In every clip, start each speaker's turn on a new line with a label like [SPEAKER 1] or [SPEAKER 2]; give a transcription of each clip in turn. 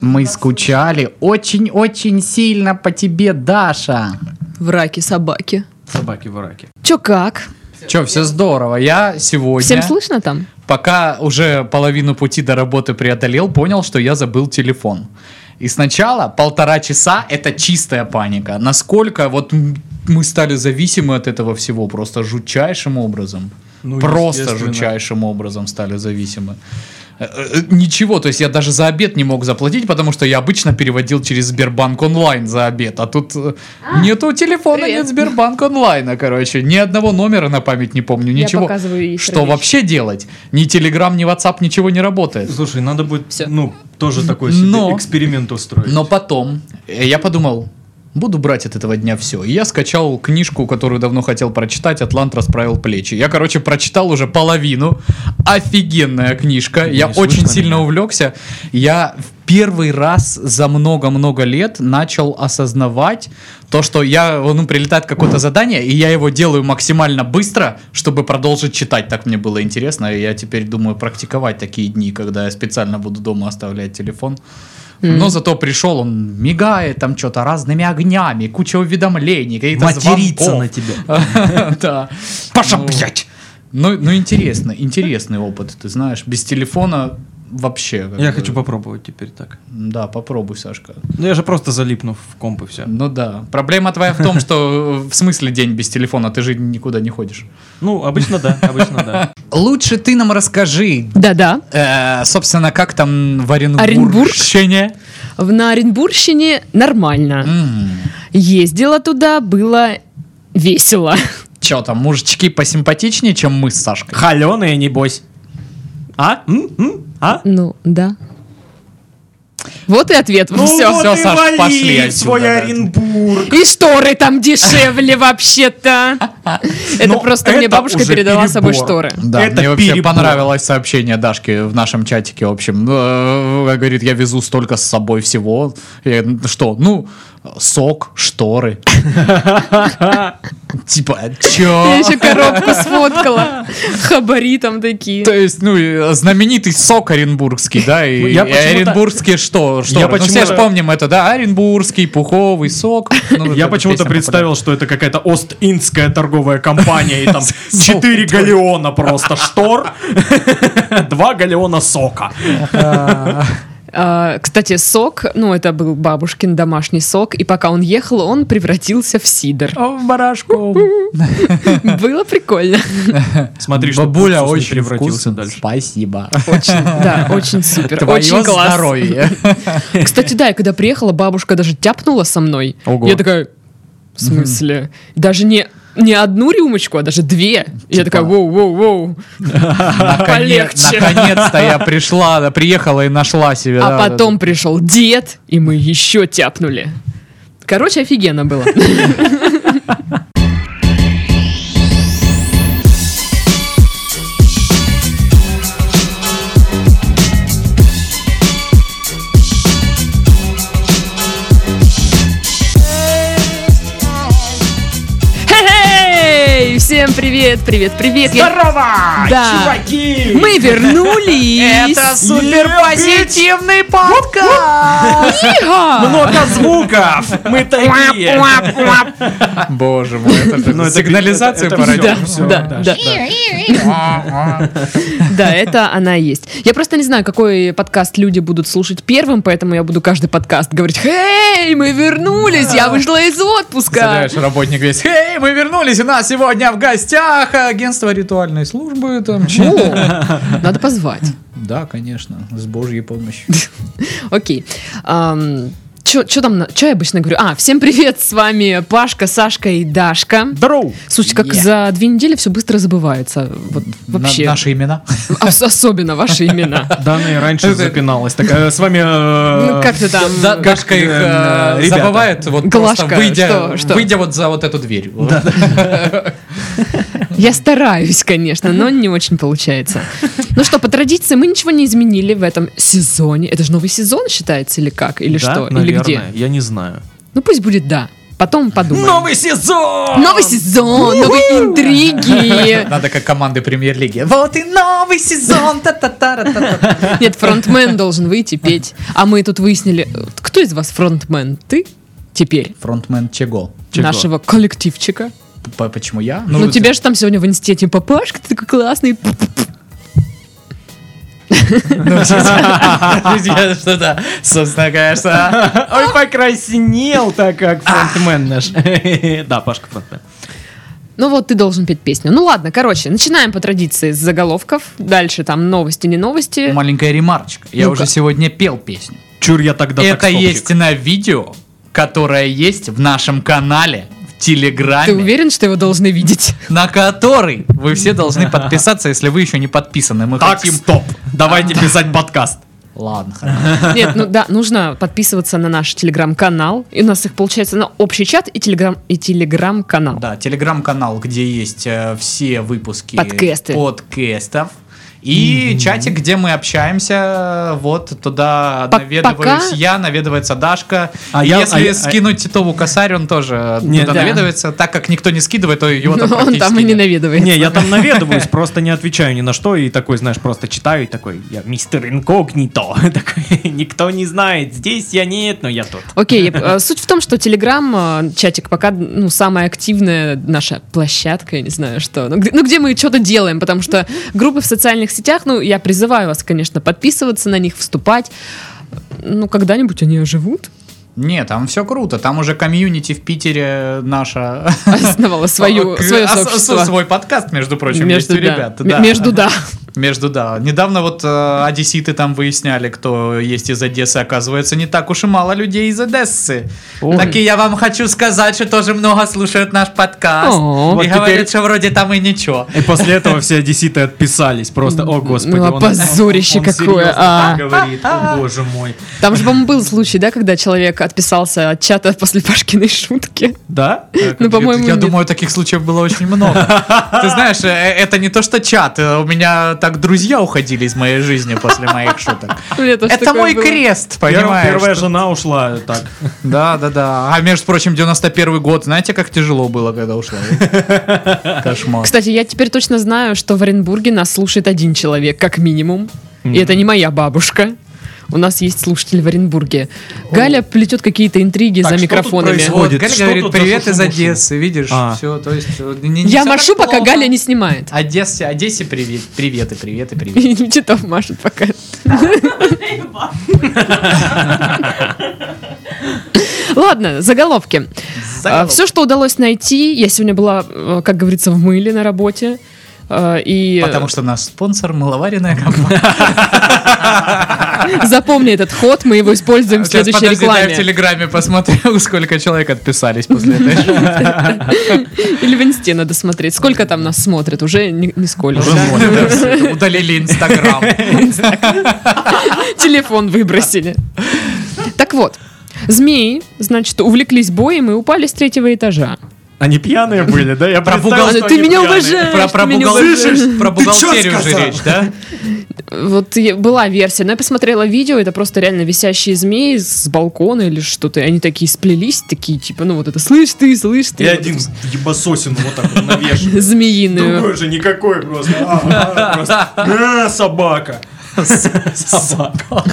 [SPEAKER 1] Мы скучали очень-очень сильно по тебе, Даша.
[SPEAKER 2] В раке собаки.
[SPEAKER 3] Собаки в раке.
[SPEAKER 2] Чё как?
[SPEAKER 1] Че, все здорово. Я
[SPEAKER 2] Всем
[SPEAKER 1] сегодня,
[SPEAKER 2] слышно там?
[SPEAKER 1] пока уже половину пути до работы преодолел, понял, что я забыл телефон. И сначала полтора часа это чистая паника. Насколько вот м- мы стали зависимы от этого всего просто жутчайшим образом.
[SPEAKER 3] Ну,
[SPEAKER 1] просто
[SPEAKER 3] естественно.
[SPEAKER 1] жутчайшим образом стали зависимы. Э, э, Ничего, то есть я даже за обед не мог заплатить, потому что я обычно переводил через Сбербанк онлайн за обед, а тут э, нету телефона,
[SPEAKER 2] привет.
[SPEAKER 1] нет Сбербанк онлайна, короче, ни одного номера на память не помню,
[SPEAKER 2] Я
[SPEAKER 1] ничего.
[SPEAKER 2] показываю ей
[SPEAKER 1] что
[SPEAKER 2] сердечко.
[SPEAKER 1] вообще делать? Ни Телеграм, ни WhatsApp, ничего не работает.
[SPEAKER 3] Слушай, надо будет,
[SPEAKER 2] Всё.
[SPEAKER 3] ну, тоже такой себе
[SPEAKER 1] Но-
[SPEAKER 3] эксперимент устроить.
[SPEAKER 1] Но потом э, я подумал, буду брать от этого дня все. И я скачал книжку, которую давно хотел прочитать, «Атлант расправил плечи». Я, короче, прочитал уже половину. Офигенная книжка.
[SPEAKER 3] Не
[SPEAKER 1] я
[SPEAKER 3] слышно
[SPEAKER 1] очень сильно
[SPEAKER 3] меня?
[SPEAKER 1] увлекся. Я в первый раз за много-много лет начал осознавать то, что я, ну, прилетает какое-то задание, и я его делаю максимально быстро, чтобы продолжить читать. Так мне было интересно, и я теперь думаю практиковать такие дни, когда я специально буду дома оставлять телефон. Но зато пришел, он мигает там что-то разными огнями, куча уведомлений, каких-то
[SPEAKER 3] Материться
[SPEAKER 1] звонков.
[SPEAKER 3] на тебя.
[SPEAKER 1] Да. Паша, блядь! Ну, ну, интересно, интересный опыт, ты знаешь. Без телефона вообще. как
[SPEAKER 3] Я
[SPEAKER 1] бы.
[SPEAKER 3] хочу попробовать теперь так.
[SPEAKER 1] Да, попробуй, Сашка.
[SPEAKER 3] Ну, я же просто залипну в комп и все.
[SPEAKER 1] Ну да. Проблема твоя в том, что э, в смысле день без телефона, ты же никуда не ходишь.
[SPEAKER 3] Ну, обычно да, обычно да.
[SPEAKER 1] Лучше ты нам расскажи,
[SPEAKER 2] Да-да.
[SPEAKER 1] э, собственно, как там в
[SPEAKER 2] Оренбург?
[SPEAKER 1] Оренбургщине.
[SPEAKER 2] В на Оренбургщине нормально. Ездила туда, было весело.
[SPEAKER 1] Че там, мужички посимпатичнее, чем мы с Сашкой?
[SPEAKER 3] Холеные, небось. А? М? М? А?
[SPEAKER 2] Ну, да. Вот и ответ вам
[SPEAKER 3] Ну
[SPEAKER 2] все.
[SPEAKER 3] вот
[SPEAKER 1] всё,
[SPEAKER 3] и
[SPEAKER 1] Саш,
[SPEAKER 3] вали
[SPEAKER 1] пошли
[SPEAKER 3] в
[SPEAKER 1] отсюда,
[SPEAKER 3] свой
[SPEAKER 1] да.
[SPEAKER 3] Оренбург.
[SPEAKER 2] И шторы там дешевле вообще-то. Это
[SPEAKER 3] Но
[SPEAKER 2] просто мне
[SPEAKER 3] Ну, это
[SPEAKER 2] бабушка
[SPEAKER 3] уже
[SPEAKER 2] передала с собой
[SPEAKER 3] перебор.
[SPEAKER 2] шторы.
[SPEAKER 1] Да,
[SPEAKER 3] Это
[SPEAKER 1] мне вообще
[SPEAKER 3] перебор.
[SPEAKER 1] понравилось сообщение Дашки в нашем чатике, в общем. Э, она Говорит, я везу столько с собой всего. Я, «Ну что, ну, сок, шторы. Типа,
[SPEAKER 2] Я
[SPEAKER 1] чё?
[SPEAKER 2] еще коробку сфоткала. Хабари там такие.
[SPEAKER 1] То есть, ну, и знаменитый сок оренбургский, да, и,
[SPEAKER 3] Я
[SPEAKER 1] и
[SPEAKER 3] почему-то-
[SPEAKER 1] оренбургские что? что
[SPEAKER 3] Я
[SPEAKER 1] ну, все
[SPEAKER 3] почему-то-
[SPEAKER 1] же помним это, да, оренбургский, пуховый сок. Ну,
[SPEAKER 3] Я
[SPEAKER 1] эта
[SPEAKER 3] почему-то
[SPEAKER 1] песня
[SPEAKER 3] представил, что это какая-то Ост-Индская торговая компания, и там 4 галеона просто штор, 2 галеона сока.
[SPEAKER 2] А, Кстати, сок, ну это был бабушкин домашний сок, и пока он ехал, он превратился в сидр.
[SPEAKER 1] популярна. О, барашку.
[SPEAKER 2] Было прикольно.
[SPEAKER 3] Смотри, что
[SPEAKER 1] Бабуля
[SPEAKER 3] уксус не
[SPEAKER 1] очень
[SPEAKER 3] превратился
[SPEAKER 1] вкусно.
[SPEAKER 3] дальше.
[SPEAKER 1] Спасибо.
[SPEAKER 2] Очень, да, очень супер.
[SPEAKER 1] Твое
[SPEAKER 2] очень класс.
[SPEAKER 1] здоровье.
[SPEAKER 2] Кстати, да, я когда приехала, бабушка даже тяпнула со мной.
[SPEAKER 3] Ого.
[SPEAKER 2] Я такая, в смысле? Даже не, не одну рюмочку, а даже две. Я такая, воу-воу-воу.
[SPEAKER 1] Наконец-
[SPEAKER 2] Полегче.
[SPEAKER 1] Наконец-то я пришла, да, приехала и нашла себе. да,
[SPEAKER 2] А
[SPEAKER 1] вот
[SPEAKER 2] потом пришел дед, и мы еще тяпнули. Короче, офигенно было. Хе-хей! Всем привет, привет, привет! Я-
[SPEAKER 3] Здорово,
[SPEAKER 2] Да.
[SPEAKER 3] чуваки!
[SPEAKER 2] Мы вернулись!
[SPEAKER 1] Это
[SPEAKER 3] суперпозитивный
[SPEAKER 1] суперпозитивный подкаст!
[SPEAKER 2] Иха!
[SPEAKER 3] Много звуков! Мы такие!
[SPEAKER 1] Боже мой, это
[SPEAKER 3] Ну,
[SPEAKER 1] же
[SPEAKER 3] это-
[SPEAKER 1] сигнализация
[SPEAKER 3] это- это
[SPEAKER 1] породила.
[SPEAKER 2] Да,
[SPEAKER 3] Всё,
[SPEAKER 2] да, да.
[SPEAKER 1] Да.
[SPEAKER 2] Да, это она и есть. Я просто не знаю, какой подкаст люди будут слушать первым, поэтому я буду каждый подкаст говорить «Хей, мы вернулись, я вышла из отпуска!»
[SPEAKER 1] Представляешь, работник весь, «Эй, мы вернулись, у нас сегодня в гостях агентство ритуальной службы». там».
[SPEAKER 2] О, Надо позвать.
[SPEAKER 1] Да, конечно, с божьей помощью.
[SPEAKER 2] Окей. Че там, на- чё я обычно говорю? А, всем привет, с вами Пашка, Сашка и Дашка.
[SPEAKER 3] Здорово!
[SPEAKER 2] Слушайте, как
[SPEAKER 1] Yeah.
[SPEAKER 2] за две недели все быстро забывается. Вот вообще.
[SPEAKER 1] На- Наши имена.
[SPEAKER 2] Ос- Особенно ваши имена.
[SPEAKER 3] Дана и раньше запиналась. Такая, с вами... э,
[SPEAKER 2] Ну, как ты там?
[SPEAKER 1] Да, Дашка их
[SPEAKER 3] э,
[SPEAKER 1] э,
[SPEAKER 3] ребята.
[SPEAKER 1] забывает, вот просто
[SPEAKER 2] Глажка, что-
[SPEAKER 1] выйдя,
[SPEAKER 2] что?
[SPEAKER 1] выйдя вот за вот эту дверь.
[SPEAKER 2] Я стараюсь, конечно, но не очень получается. Ну что, по традиции мы ничего не изменили в этом сезоне. Это же новый сезон считается или как? Или
[SPEAKER 3] Да,
[SPEAKER 2] что? Или
[SPEAKER 3] наверное,
[SPEAKER 2] где?
[SPEAKER 3] Я не знаю.
[SPEAKER 2] Ну пусть будет да. Потом подумаем.
[SPEAKER 3] Новый сезон!
[SPEAKER 2] Новый сезон, новые интриги.
[SPEAKER 1] Надо как команды премьер-лиги. Вот и новый сезон! та-та-та-ра-та-та.
[SPEAKER 2] Нет, фронтмен должен выйти петь. А мы тут выяснили, э, кто из вас фронтмен? Ты теперь
[SPEAKER 1] Фронтмен чего?
[SPEAKER 3] Чего?
[SPEAKER 2] нашего коллективчика.
[SPEAKER 1] П- Почему я?
[SPEAKER 2] Ну, тебе же там сегодня в институте папашка, ты такой классный.
[SPEAKER 1] Ну, я что-то, собственно, конечно.
[SPEAKER 3] Ой, покраснел так, как фронтмен наш. Да, Пашка фронтмен.
[SPEAKER 2] Ну вот ты должен петь песню. Ну ладно, короче, начинаем по традиции с заголовков. Дальше там новости, не новости.
[SPEAKER 1] Маленькая ремарочка. Я
[SPEAKER 2] Ну-ка.
[SPEAKER 1] уже сегодня пел песню.
[SPEAKER 3] Чур я тогда так
[SPEAKER 1] Это
[SPEAKER 3] стопчик.
[SPEAKER 1] есть на видео, которое есть в нашем канале в Телеграме.
[SPEAKER 2] Ты уверен, что его должны видеть?
[SPEAKER 1] на который вы все должны подписаться, если вы еще не подписаны. Мы
[SPEAKER 3] Так,
[SPEAKER 1] хотим...
[SPEAKER 3] стоп. Давайте писать подкаст.
[SPEAKER 1] Ладно, хорошо.
[SPEAKER 2] Нет, ну да, нужно подписываться на наш телеграм-канал. И у нас их получается на общий чат и телеграм и телеграм-канал.
[SPEAKER 1] Да, телеграм-канал, где есть э, все выпуски
[SPEAKER 2] Подкасты.
[SPEAKER 1] подкастов. И чатик, где мы общаемся, вот туда
[SPEAKER 2] Пок-
[SPEAKER 1] наведываюсь
[SPEAKER 2] пока-
[SPEAKER 1] я, наведывается Дашка.
[SPEAKER 3] А
[SPEAKER 1] И
[SPEAKER 3] я-
[SPEAKER 1] Если
[SPEAKER 3] а я-
[SPEAKER 1] скинуть Титову косарь, он тоже
[SPEAKER 3] Не,
[SPEAKER 1] туда
[SPEAKER 2] да.
[SPEAKER 1] наведывается. Так как никто не скидывает, то его там
[SPEAKER 2] Но он
[SPEAKER 1] практически
[SPEAKER 2] там и не
[SPEAKER 1] нет.
[SPEAKER 2] наведывается.
[SPEAKER 3] Не, я там наведываюсь, просто не отвечаю ни на что. И такой, знаешь, просто читаю и такой, я мистер инкогнито. Такой, никто не знает, здесь я нет, но я тут.
[SPEAKER 2] Окей, э, суть в том, что Телеграм, э, чатик, пока ну, самая активная наша площадка, я не знаю что, ну где, ну, где мы что-то делаем, потому что группы в социальных сетях, ну я призываю вас, конечно, подписываться на них, вступать, ну когда-нибудь они оживут,
[SPEAKER 1] Не, там все круто. Там уже комьюнити в Питере наша...
[SPEAKER 2] а, основала свою,
[SPEAKER 1] К-
[SPEAKER 2] свое
[SPEAKER 1] а, с-
[SPEAKER 2] сообщество.
[SPEAKER 1] Свой подкаст, между прочим, есть у
[SPEAKER 2] да.
[SPEAKER 1] ребят.
[SPEAKER 2] М-
[SPEAKER 1] да.
[SPEAKER 2] Между да.
[SPEAKER 1] Между да. Недавно вот э, одесситы там выясняли, кто есть из Одессы. Оказывается, не так уж и мало людей из Одессы.
[SPEAKER 3] Ой.
[SPEAKER 1] Так и я вам хочу сказать, что тоже много слушают наш подкаст.
[SPEAKER 2] О,
[SPEAKER 1] и
[SPEAKER 3] вот
[SPEAKER 1] говорят,
[SPEAKER 3] теперь-
[SPEAKER 1] что вроде там и ничего.
[SPEAKER 3] И после этого все одесситы отписались. Просто, о господи.
[SPEAKER 2] Ну, а
[SPEAKER 3] он-
[SPEAKER 2] позорище
[SPEAKER 3] он
[SPEAKER 2] какое,
[SPEAKER 3] серьезно
[SPEAKER 2] а.
[SPEAKER 3] так говорит, о боже мой.
[SPEAKER 2] Там же, по-моему, был случай, да, когда человек отписался от чата после Пашкиной шутки.
[SPEAKER 3] Да?
[SPEAKER 2] Ну, по-моему,
[SPEAKER 1] я
[SPEAKER 2] нет.
[SPEAKER 1] думаю, таких случаев было очень много. Ты знаешь, э, это не то, что чат. Э, У меня так друзья уходили из моей жизни после моих шуток.
[SPEAKER 2] У меня тоже
[SPEAKER 1] Это
[SPEAKER 2] такое
[SPEAKER 1] мой
[SPEAKER 2] было.
[SPEAKER 1] крест,
[SPEAKER 3] Первая,
[SPEAKER 1] понимаешь?
[SPEAKER 3] первая жена ушла так.
[SPEAKER 1] Да, да, да. А между прочим, 91 год, знаете, как тяжело было, когда ушла? Кошмар.
[SPEAKER 2] А. Кстати, я теперь точно знаю, что в Оренбурге нас слушает один человек, как минимум. И это не моя бабушка. У нас есть слушатель в Оренбурге. Галя плетет какие-то интриги
[SPEAKER 3] Так,
[SPEAKER 2] за
[SPEAKER 3] что тут
[SPEAKER 2] микрофонами.
[SPEAKER 3] происходит?
[SPEAKER 1] Вот, Галя
[SPEAKER 3] Что
[SPEAKER 1] говорит,
[SPEAKER 3] тут за
[SPEAKER 1] привет из
[SPEAKER 3] шушум-мушум?
[SPEAKER 1] Одессы, видишь,
[SPEAKER 3] А.
[SPEAKER 1] все, то есть... э, не- не
[SPEAKER 2] Я
[SPEAKER 1] всё
[SPEAKER 2] машу,
[SPEAKER 1] так
[SPEAKER 2] пока
[SPEAKER 1] плохо.
[SPEAKER 2] Галя не снимает.
[SPEAKER 1] Одессе, Одессе привет, приветы, приветы, приветы.
[SPEAKER 2] И Титов машет пока. Ладно, заголовки.
[SPEAKER 1] Заголовок.
[SPEAKER 2] Все, что удалось найти, я сегодня была, э, как говорится, в мыле на работе. э, И э,
[SPEAKER 1] Потому что наш спонсор – мыловаренная компания.
[SPEAKER 2] запомни этот ход, мы его используем в
[SPEAKER 1] Сейчас,
[SPEAKER 2] следующей
[SPEAKER 1] подожди, дай я
[SPEAKER 2] рекламе.
[SPEAKER 1] в Телеграме посмотрю, сколько человек отписались после этой шутки.
[SPEAKER 2] Или в инсте надо смотреть. Сколько там нас смотрит? Уже ни- нисколько.
[SPEAKER 3] Уже
[SPEAKER 2] да?
[SPEAKER 3] ноль, да.
[SPEAKER 1] Все, Удалили Инстаграм.
[SPEAKER 2] Телефон выбросили. Так вот, змеи, значит, увлеклись боем и упали с третьего этажа.
[SPEAKER 3] Они пьяные были, да? Я
[SPEAKER 1] Про
[SPEAKER 3] представил,
[SPEAKER 1] Бугал-
[SPEAKER 3] что
[SPEAKER 2] Ты
[SPEAKER 3] они
[SPEAKER 2] меня
[SPEAKER 3] пьяные.
[SPEAKER 2] уважаешь,
[SPEAKER 1] Про- Про
[SPEAKER 2] ты меня
[SPEAKER 1] бухгал-
[SPEAKER 2] уважаешь.
[SPEAKER 1] про
[SPEAKER 3] Ты чё
[SPEAKER 1] бухгалтерию же
[SPEAKER 3] сказал?
[SPEAKER 1] речь, да?
[SPEAKER 2] Вот я- была версия, но я посмотрела видео, это просто реально висящие змеи с балкона или что-то. И они такие сплелись, такие, типа, ну вот это, слышь ты, слышь ты.
[SPEAKER 3] Я
[SPEAKER 2] вот
[SPEAKER 3] один ебасосин вот так вот навешиваю.
[SPEAKER 2] эту Змеиную.
[SPEAKER 3] Другой же никакой просто. А, а, просто. А, собака. Собака.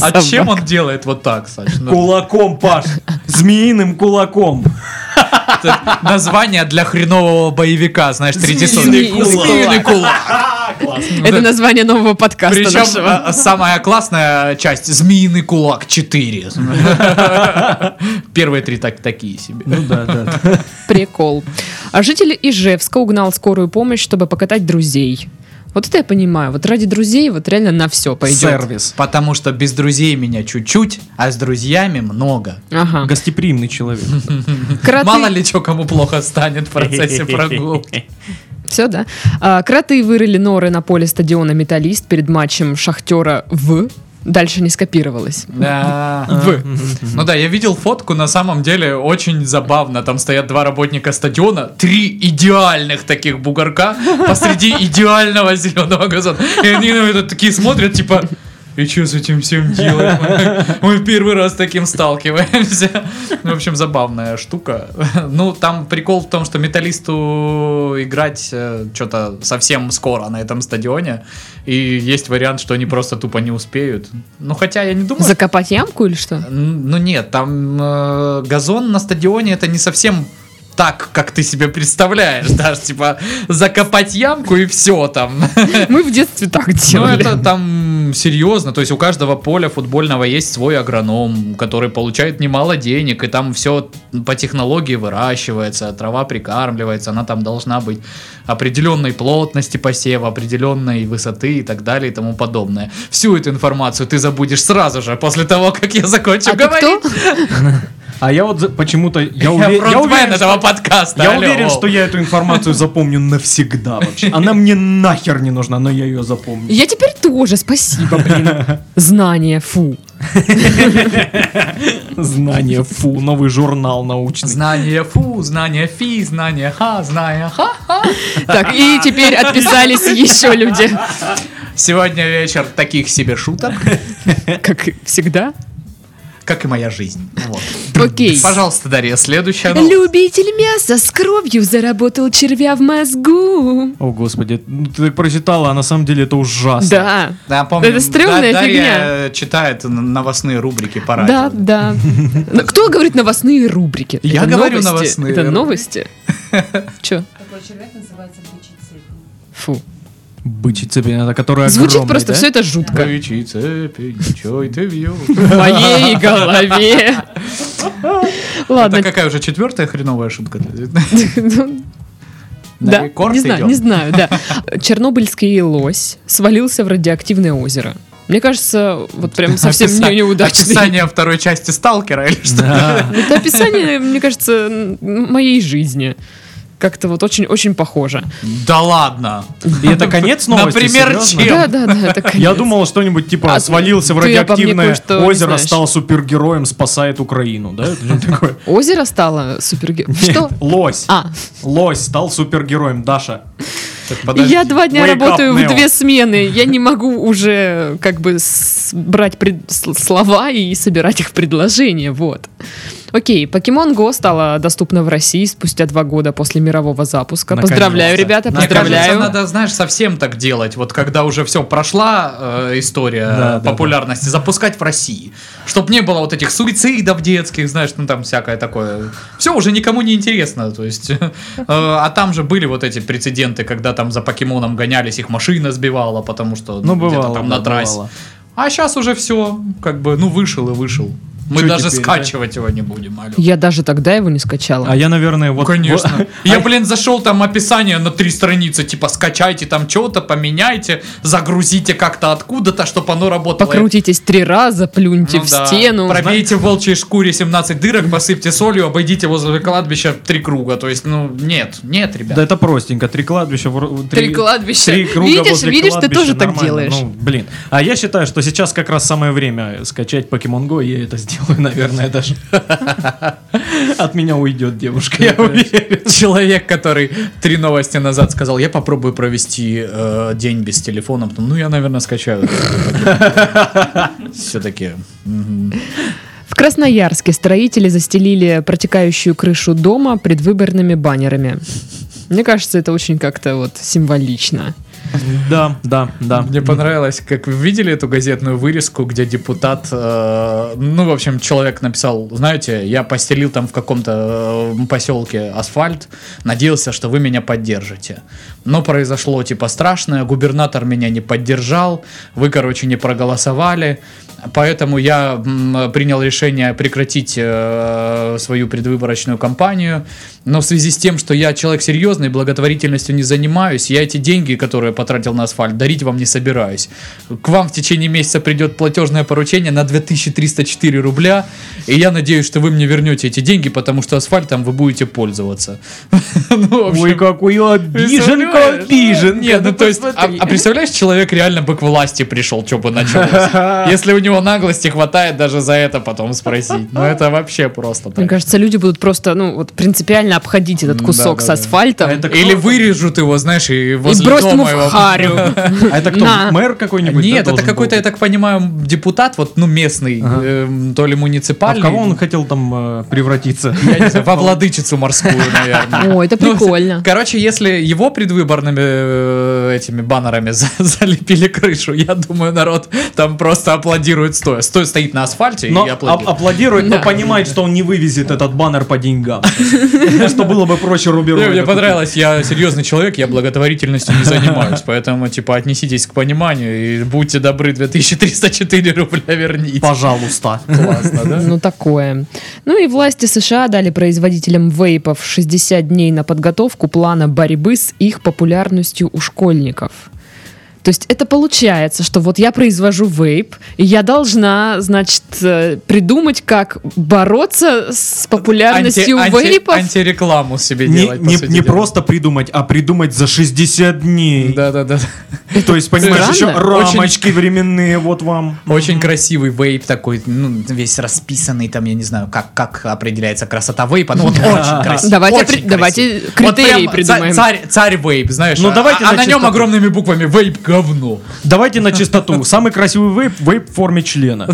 [SPEAKER 1] А чем он делает вот так, Саш? Ну,
[SPEAKER 3] Кулаком, Паш. Змеиным кулаком.
[SPEAKER 1] Это название для хренового боевика, знаешь, среди
[SPEAKER 2] Змеиный
[SPEAKER 1] сотен.
[SPEAKER 2] кулак.
[SPEAKER 1] Змеиный кулак.
[SPEAKER 3] А, класс.
[SPEAKER 2] Это название нового подкаста
[SPEAKER 1] Причем
[SPEAKER 2] нашего.
[SPEAKER 1] а, самая классная часть «Змеиный кулак 4». Первые три так- такие себе.
[SPEAKER 3] Ну да, да.
[SPEAKER 2] Прикол. А житель Ижевска угнал скорую помощь, чтобы покатать друзей. Вот это я понимаю. Вот ради друзей вот реально на все пойдет.
[SPEAKER 3] Сервис.
[SPEAKER 1] Потому что без друзей меня чуть-чуть, а с друзьями много.
[SPEAKER 2] Ага.
[SPEAKER 3] Гостеприимный человек.
[SPEAKER 2] Кроты...
[SPEAKER 1] Мало ли что кому плохо станет в процессе прогулки.
[SPEAKER 2] Все, да? А, кроты вырыли норы на поле стадиона «Металлист» перед матчем «Шахтера» в... Дальше не скопировалось.
[SPEAKER 1] Да. Вы. Ну да, я видел фотку, на самом деле очень забавно. Там стоят два работника стадиона, три идеальных таких бугорка посреди идеального зеленого газона. И они на это такие смотрят, типа... и что с этим всем делать? Мы первый раз с таким сталкиваемся. Ну, В общем, забавная штука. Ну, там прикол в том, что металлисту играть что-то совсем скоро на этом стадионе. И есть вариант, что они просто тупо не успеют. Ну, хотя я не думаю, что-
[SPEAKER 2] Закопать ямку или что?
[SPEAKER 1] Н- Ну нет, там э, газон на стадионе это не совсем так, как ты себе представляешь, даже типа закопать ямку и все там.
[SPEAKER 2] Мы в детстве так
[SPEAKER 1] Ну
[SPEAKER 2] делали.
[SPEAKER 1] это там серьезно, то есть у каждого поля футбольного есть свой агроном, который получает немало денег, и там все по технологии выращивается, трава прикармливается, она там должна быть определенной плотности посева, определенной высоты и так далее и тому подобное. Всю эту информацию ты забудешь сразу же после того, как я закончу
[SPEAKER 2] А ты
[SPEAKER 1] говорить.
[SPEAKER 2] кто?
[SPEAKER 3] А я вот за- почему-то... Я, уве- я
[SPEAKER 1] фронтмен
[SPEAKER 3] уверен,
[SPEAKER 1] этого
[SPEAKER 3] что-
[SPEAKER 1] подкаста.
[SPEAKER 3] Я
[SPEAKER 1] алло.
[SPEAKER 3] уверен, что я эту информацию запомню навсегда вообще. Она мне нахер не нужна, но я ее запомню.
[SPEAKER 2] Я теперь тоже, спасибо, блин. Знание, фу.
[SPEAKER 3] Знание, фу, новый журнал научный.
[SPEAKER 1] Знание фу, знание фи, знание ха, знание ха.
[SPEAKER 2] Так, и теперь отписались еще люди.
[SPEAKER 1] Сегодня вечер таких себе шуток,
[SPEAKER 2] Как всегда.
[SPEAKER 1] как и моя жизнь. Вот.
[SPEAKER 2] Окей.
[SPEAKER 1] Пожалуйста, Дарья, следующая новость.
[SPEAKER 2] Любитель мяса с кровью заработал червя в мозгу.
[SPEAKER 3] О, господи, ну, ты так прочитала, а на самом деле это ужасно.
[SPEAKER 2] Да.
[SPEAKER 1] Да, помню,
[SPEAKER 2] Это стрёмная
[SPEAKER 1] да, Дарья
[SPEAKER 2] фигня.
[SPEAKER 1] читает н- новостные рубрики по радио.
[SPEAKER 2] Да, да. Но Кто говорит новостные рубрики?
[SPEAKER 1] Я
[SPEAKER 2] Это
[SPEAKER 1] говорю
[SPEAKER 2] новости.
[SPEAKER 1] новостные.
[SPEAKER 2] Это новости? Че?
[SPEAKER 4] Такой червяк называется бычий цепень.
[SPEAKER 2] Фу.
[SPEAKER 3] Бычий цепень, это э, которая
[SPEAKER 2] Звучит
[SPEAKER 3] огромная,
[SPEAKER 2] просто
[SPEAKER 3] да?
[SPEAKER 2] все это жутко.
[SPEAKER 1] Бычьи цепи, ничего и ты вью.
[SPEAKER 2] В моей голове. Ладно.
[SPEAKER 1] Это какая уже четвертая хреновая шутка?
[SPEAKER 2] Ну,
[SPEAKER 1] На
[SPEAKER 2] Да,
[SPEAKER 1] рекорд
[SPEAKER 2] не знаю,
[SPEAKER 1] идём.
[SPEAKER 2] не знаю, да. Чернобыльский лось свалился в радиоактивное озеро. Мне кажется, вот прям совсем
[SPEAKER 1] Описа-
[SPEAKER 2] не- неудачный.
[SPEAKER 1] Описание второй части Сталкера или что?
[SPEAKER 3] Да.
[SPEAKER 2] Это описание, мне кажется, м, моей жизни. Как-то вот очень-очень похоже.
[SPEAKER 1] Да ладно.
[SPEAKER 3] И это конец новости?
[SPEAKER 1] Например,
[SPEAKER 3] серьезно?
[SPEAKER 1] чем?
[SPEAKER 2] Да, да, да, это
[SPEAKER 3] Я
[SPEAKER 2] конец.
[SPEAKER 3] думал, что-нибудь типа
[SPEAKER 2] А,
[SPEAKER 3] свалился
[SPEAKER 2] ты
[SPEAKER 3] в
[SPEAKER 2] обо мне
[SPEAKER 3] радиоактивное
[SPEAKER 2] кое-что не
[SPEAKER 3] озеро,
[SPEAKER 2] знаешь.
[SPEAKER 3] стал супергероем, спасает Украину, да? Это что-то такое?
[SPEAKER 2] Озеро стало супергероем. Что?
[SPEAKER 3] Лось.
[SPEAKER 2] А,
[SPEAKER 3] Лось стал супергероем, Даша.
[SPEAKER 1] Так, подожди.
[SPEAKER 2] я два дня
[SPEAKER 3] Wake up,
[SPEAKER 2] работаю в
[SPEAKER 3] Neo.
[SPEAKER 2] две смены. Я не могу уже как бы с- брать пред- с- слова и собирать их в предложение. Вот. Окей, Pokemon Go стала доступна в России спустя два года после мирового запуска.
[SPEAKER 3] Наконец-то.
[SPEAKER 2] Поздравляю, ребята,
[SPEAKER 1] Мне
[SPEAKER 2] поздравляю.
[SPEAKER 1] кажется, надо, знаешь, совсем так делать. Вот когда уже все прошла э, история
[SPEAKER 3] Да, да,
[SPEAKER 1] популярности, запускать в России. Чтоб не было вот этих суицидов детских, знаешь, ну там всякое такое. Все уже никому не интересно. То есть, э, а там же были вот эти прецеденты, когда там за покемоном гонялись, их машина сбивала, потому что
[SPEAKER 3] Ну,
[SPEAKER 1] ну, где-то
[SPEAKER 3] бывало.
[SPEAKER 1] там
[SPEAKER 3] да,
[SPEAKER 1] на трассе.
[SPEAKER 3] бывало.
[SPEAKER 1] А сейчас уже все, как бы, ну вышел и вышел. Мы
[SPEAKER 3] Чё
[SPEAKER 1] даже
[SPEAKER 3] теперь, да?
[SPEAKER 1] скачивать его не будем, алё.
[SPEAKER 2] Я даже тогда его не скачала.
[SPEAKER 3] А я, наверное,
[SPEAKER 2] Ну,
[SPEAKER 3] вот...
[SPEAKER 1] Конечно.
[SPEAKER 3] вот-
[SPEAKER 1] Я, блин, зашел там описание на три страницы, типа скачайте там что-то, поменяйте, загрузите как-то откуда-то, чтобы оно работало.
[SPEAKER 2] Покрутитесь три раза, плюньте
[SPEAKER 1] Ну
[SPEAKER 2] в
[SPEAKER 1] да.
[SPEAKER 2] стену.
[SPEAKER 1] Пробейте в волчьей шкуре 17 дырок, посыпьте солью, обойдите возле кладбища три круга. То есть, ну, нет, нет, ребят.
[SPEAKER 3] Да это простенько, три кладбища... в-
[SPEAKER 2] Три кладбища.
[SPEAKER 3] три круга
[SPEAKER 2] Видишь,
[SPEAKER 3] возле
[SPEAKER 2] видишь, ты
[SPEAKER 3] кладбища,
[SPEAKER 2] тоже так
[SPEAKER 3] нормально.
[SPEAKER 2] делаешь.
[SPEAKER 3] Ну, блин. А я считаю, что сейчас как раз самое время скачать Pokemon Go, и я это сделаю, наверное, даже. От меня уйдет девушка, я уверен.
[SPEAKER 1] Человек, который три новости назад сказал, я попробую провести э, день без телефона, потом, ну, я, наверное, скачаю. Все-таки.
[SPEAKER 2] В Красноярске строители застелили протекающую крышу дома предвыборными баннерами. Мне кажется, это очень как-то вот символично.
[SPEAKER 3] Да, да, да.
[SPEAKER 1] Мне понравилось, как вы видели эту газетную вырезку, где депутат, э, ну, в общем, человек написал, знаете, я постелил там в каком-то э, поселке асфальт, надеялся, что вы меня поддержите. Но произошло, типа, страшное, губернатор меня не поддержал, вы, короче, не проголосовали, поэтому я м, принял решение прекратить э, свою предвыборочную кампанию, но в связи с тем, что я человек серьезный, благотворительностью не занимаюсь, я эти деньги, которые потратил на асфальт, дарить вам не собираюсь. К вам в течение месяца придет платежное поручение на 2304 рубля, и я надеюсь, что вы мне вернете эти деньги, потому что асфальтом вы будете пользоваться. Ну, в общем,
[SPEAKER 3] Ой, какую обиженка,
[SPEAKER 1] представляешь?
[SPEAKER 3] обиженка.
[SPEAKER 1] Нет, ну то есть, а,
[SPEAKER 3] посмотри.
[SPEAKER 1] а представляешь, человек реально бы к власти пришел, что бы началось. Если у него наглости хватает даже за это потом спросить. Ну это вообще просто.
[SPEAKER 2] Мне
[SPEAKER 1] так.
[SPEAKER 2] кажется, люди будут просто, ну, вот принципиально обходить этот
[SPEAKER 1] М,
[SPEAKER 2] кусок
[SPEAKER 1] да,
[SPEAKER 2] с
[SPEAKER 1] да, да.
[SPEAKER 2] асфальтом.
[SPEAKER 3] А это-
[SPEAKER 1] Или вырежут его, знаешь, и возле
[SPEAKER 2] бросят
[SPEAKER 1] дома
[SPEAKER 2] ему в
[SPEAKER 1] Харевом.
[SPEAKER 2] Харю.
[SPEAKER 3] А это кто?
[SPEAKER 2] На.
[SPEAKER 3] Мэр какой-нибудь? да,
[SPEAKER 1] Нет, это
[SPEAKER 3] должен
[SPEAKER 1] какой-то,
[SPEAKER 3] был?
[SPEAKER 1] я так понимаю, депутат, вот, ну, местный,
[SPEAKER 3] Ага.
[SPEAKER 1] эм, то ли
[SPEAKER 3] А
[SPEAKER 1] муниципальный.
[SPEAKER 3] в кого он хотел там э, превратиться?
[SPEAKER 1] Я не знаю, во владычицу морскую, наверное.
[SPEAKER 2] О, это
[SPEAKER 1] Ну,
[SPEAKER 2] прикольно.
[SPEAKER 1] Короче, если его предвыборными э, этими баннерами за- залепили крышу, я думаю, народ там просто аплодирует стоя. Стоя стоит на асфальте
[SPEAKER 3] Но а,
[SPEAKER 1] и
[SPEAKER 3] ап-
[SPEAKER 1] аплодирует.
[SPEAKER 3] аплодирует, но
[SPEAKER 2] Да.
[SPEAKER 3] понимает, что он не вывезет этот баннер по деньгам. Что было бы проще Руби
[SPEAKER 1] Мне-
[SPEAKER 3] Ройда
[SPEAKER 1] Мне
[SPEAKER 3] купить.
[SPEAKER 1] понравилось, я серьезный человек, я благотворительностью не занимаюсь, поэтому, типа, отнеситесь к пониманию и будьте добры, 2304 рубля верните.
[SPEAKER 3] Пожалуйста.
[SPEAKER 1] Классно, да?
[SPEAKER 2] Ну, такое. Ну и власти США дали производителям вейпов 60 дней на подготовку плана борьбы с их популярностью у школьников. То есть это получается, что вот я произвожу вейп, и я должна, значит, э, придумать, как бороться с популярностью
[SPEAKER 1] Анти- анти-
[SPEAKER 2] вейпов.
[SPEAKER 1] Антирекламу себе
[SPEAKER 3] Не,
[SPEAKER 1] делать. по
[SPEAKER 3] не-
[SPEAKER 1] сути
[SPEAKER 3] не
[SPEAKER 1] дела.
[SPEAKER 3] просто придумать, а придумать за 60 дней.
[SPEAKER 1] Да-да-да.
[SPEAKER 3] То есть, понимаешь, еще
[SPEAKER 2] Странно.
[SPEAKER 3] рамочки временные вот вам.
[SPEAKER 1] Очень красивый вейп такой, ну, весь расписанный, там, я не знаю, как, как определяется красота вейпа, ну, вот очень красивый.
[SPEAKER 2] Давайте
[SPEAKER 1] очень
[SPEAKER 2] при-
[SPEAKER 1] красивый.
[SPEAKER 2] давайте
[SPEAKER 1] Вот
[SPEAKER 2] критерии
[SPEAKER 1] прям ца-
[SPEAKER 2] придумаем.
[SPEAKER 1] Царь, царь вейп, знаешь,
[SPEAKER 3] Ну,
[SPEAKER 1] а-
[SPEAKER 3] давайте
[SPEAKER 1] а,
[SPEAKER 3] на
[SPEAKER 1] на нем
[SPEAKER 3] чистоту.
[SPEAKER 1] огромными буквами вейп говно.
[SPEAKER 3] Давайте на чистоту. Самый красивый вейп, вейп в форме члена.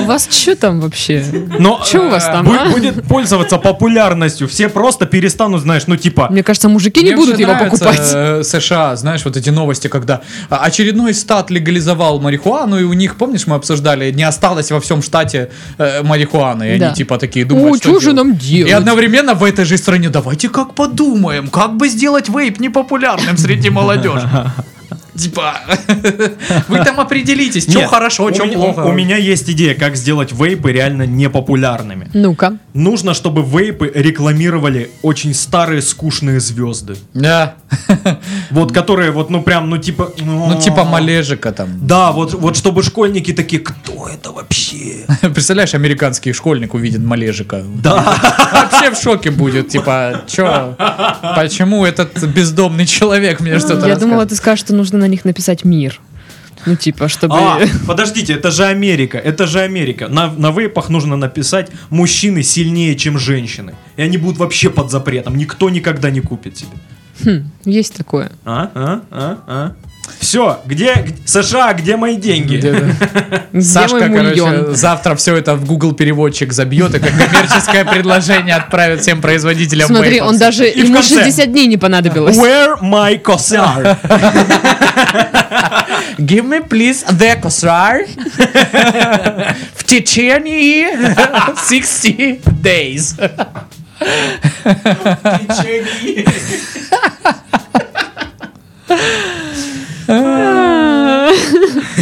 [SPEAKER 2] У вас что там вообще?
[SPEAKER 3] Но
[SPEAKER 2] Чё у вас
[SPEAKER 3] э,
[SPEAKER 2] там,
[SPEAKER 3] бу-
[SPEAKER 2] а?
[SPEAKER 3] будет пользоваться популярностью. Все просто перестанут, знаешь, ну типа,
[SPEAKER 2] Мне кажется, мужики не
[SPEAKER 1] Мне
[SPEAKER 2] будут
[SPEAKER 1] вообще
[SPEAKER 2] его
[SPEAKER 1] нравится,
[SPEAKER 2] покупать.
[SPEAKER 1] э, США, знаешь, вот эти новости, когда а, очередной штат легализовал марихуану, и у них, помнишь, мы обсуждали, не осталось во всем штате э, марихуаны, и
[SPEAKER 2] Да.
[SPEAKER 1] они типа такие думают,
[SPEAKER 2] О, что же
[SPEAKER 1] делать?
[SPEAKER 2] нам
[SPEAKER 1] И
[SPEAKER 2] делать?
[SPEAKER 1] одновременно в этой же стране давайте как подумаем, как бы сделать вейп непопулярным среди молодежи. Типа, вы там определитесь, что
[SPEAKER 3] Нет,
[SPEAKER 1] хорошо,
[SPEAKER 3] у
[SPEAKER 1] что
[SPEAKER 3] меня-
[SPEAKER 1] плохо.
[SPEAKER 3] У меня есть идея, как сделать вейпы реально непопулярными.
[SPEAKER 2] Ну-ка.
[SPEAKER 3] Нужно, чтобы вейпы рекламировали очень старые скучные звезды.
[SPEAKER 1] Да.
[SPEAKER 3] Вот которые вот, ну прям, ну типа...
[SPEAKER 2] А.
[SPEAKER 1] Ну, типа малежика там.
[SPEAKER 3] Да, вот, вот чтобы школьники такие, кто это вообще?
[SPEAKER 1] Представляешь, американский школьник увидит малежика. Да. Вообще в шоке будет. Типа, чё? Почему этот бездомный человек мне что-то
[SPEAKER 2] Я думала,
[SPEAKER 1] рассказывает?
[SPEAKER 2] ты скажешь, что нужно на них написать мир. Ну, типа, чтобы...
[SPEAKER 3] А, подождите, это же Америка, это же Америка. На, на вейпах нужно написать «мужчины сильнее, чем женщины». И они будут вообще под запретом, никто никогда не купит себе.
[SPEAKER 2] Хм, есть такое.
[SPEAKER 3] А, а, а, а. Все, где, г- США, где мои деньги?
[SPEAKER 1] Где-то.
[SPEAKER 2] Где мой
[SPEAKER 1] Сашка, короче,
[SPEAKER 2] мульон?
[SPEAKER 1] завтра все это в Google переводчик забьет и как коммерческое предложение отправит всем производителям.
[SPEAKER 2] Смотри,
[SPEAKER 1] вейпов.
[SPEAKER 2] он даже...
[SPEAKER 3] И в
[SPEAKER 2] ему
[SPEAKER 3] конце.
[SPEAKER 2] 60 дней не понадобилось.
[SPEAKER 3] Where my cosar?
[SPEAKER 1] Give me, please, the косар в течение 60 days.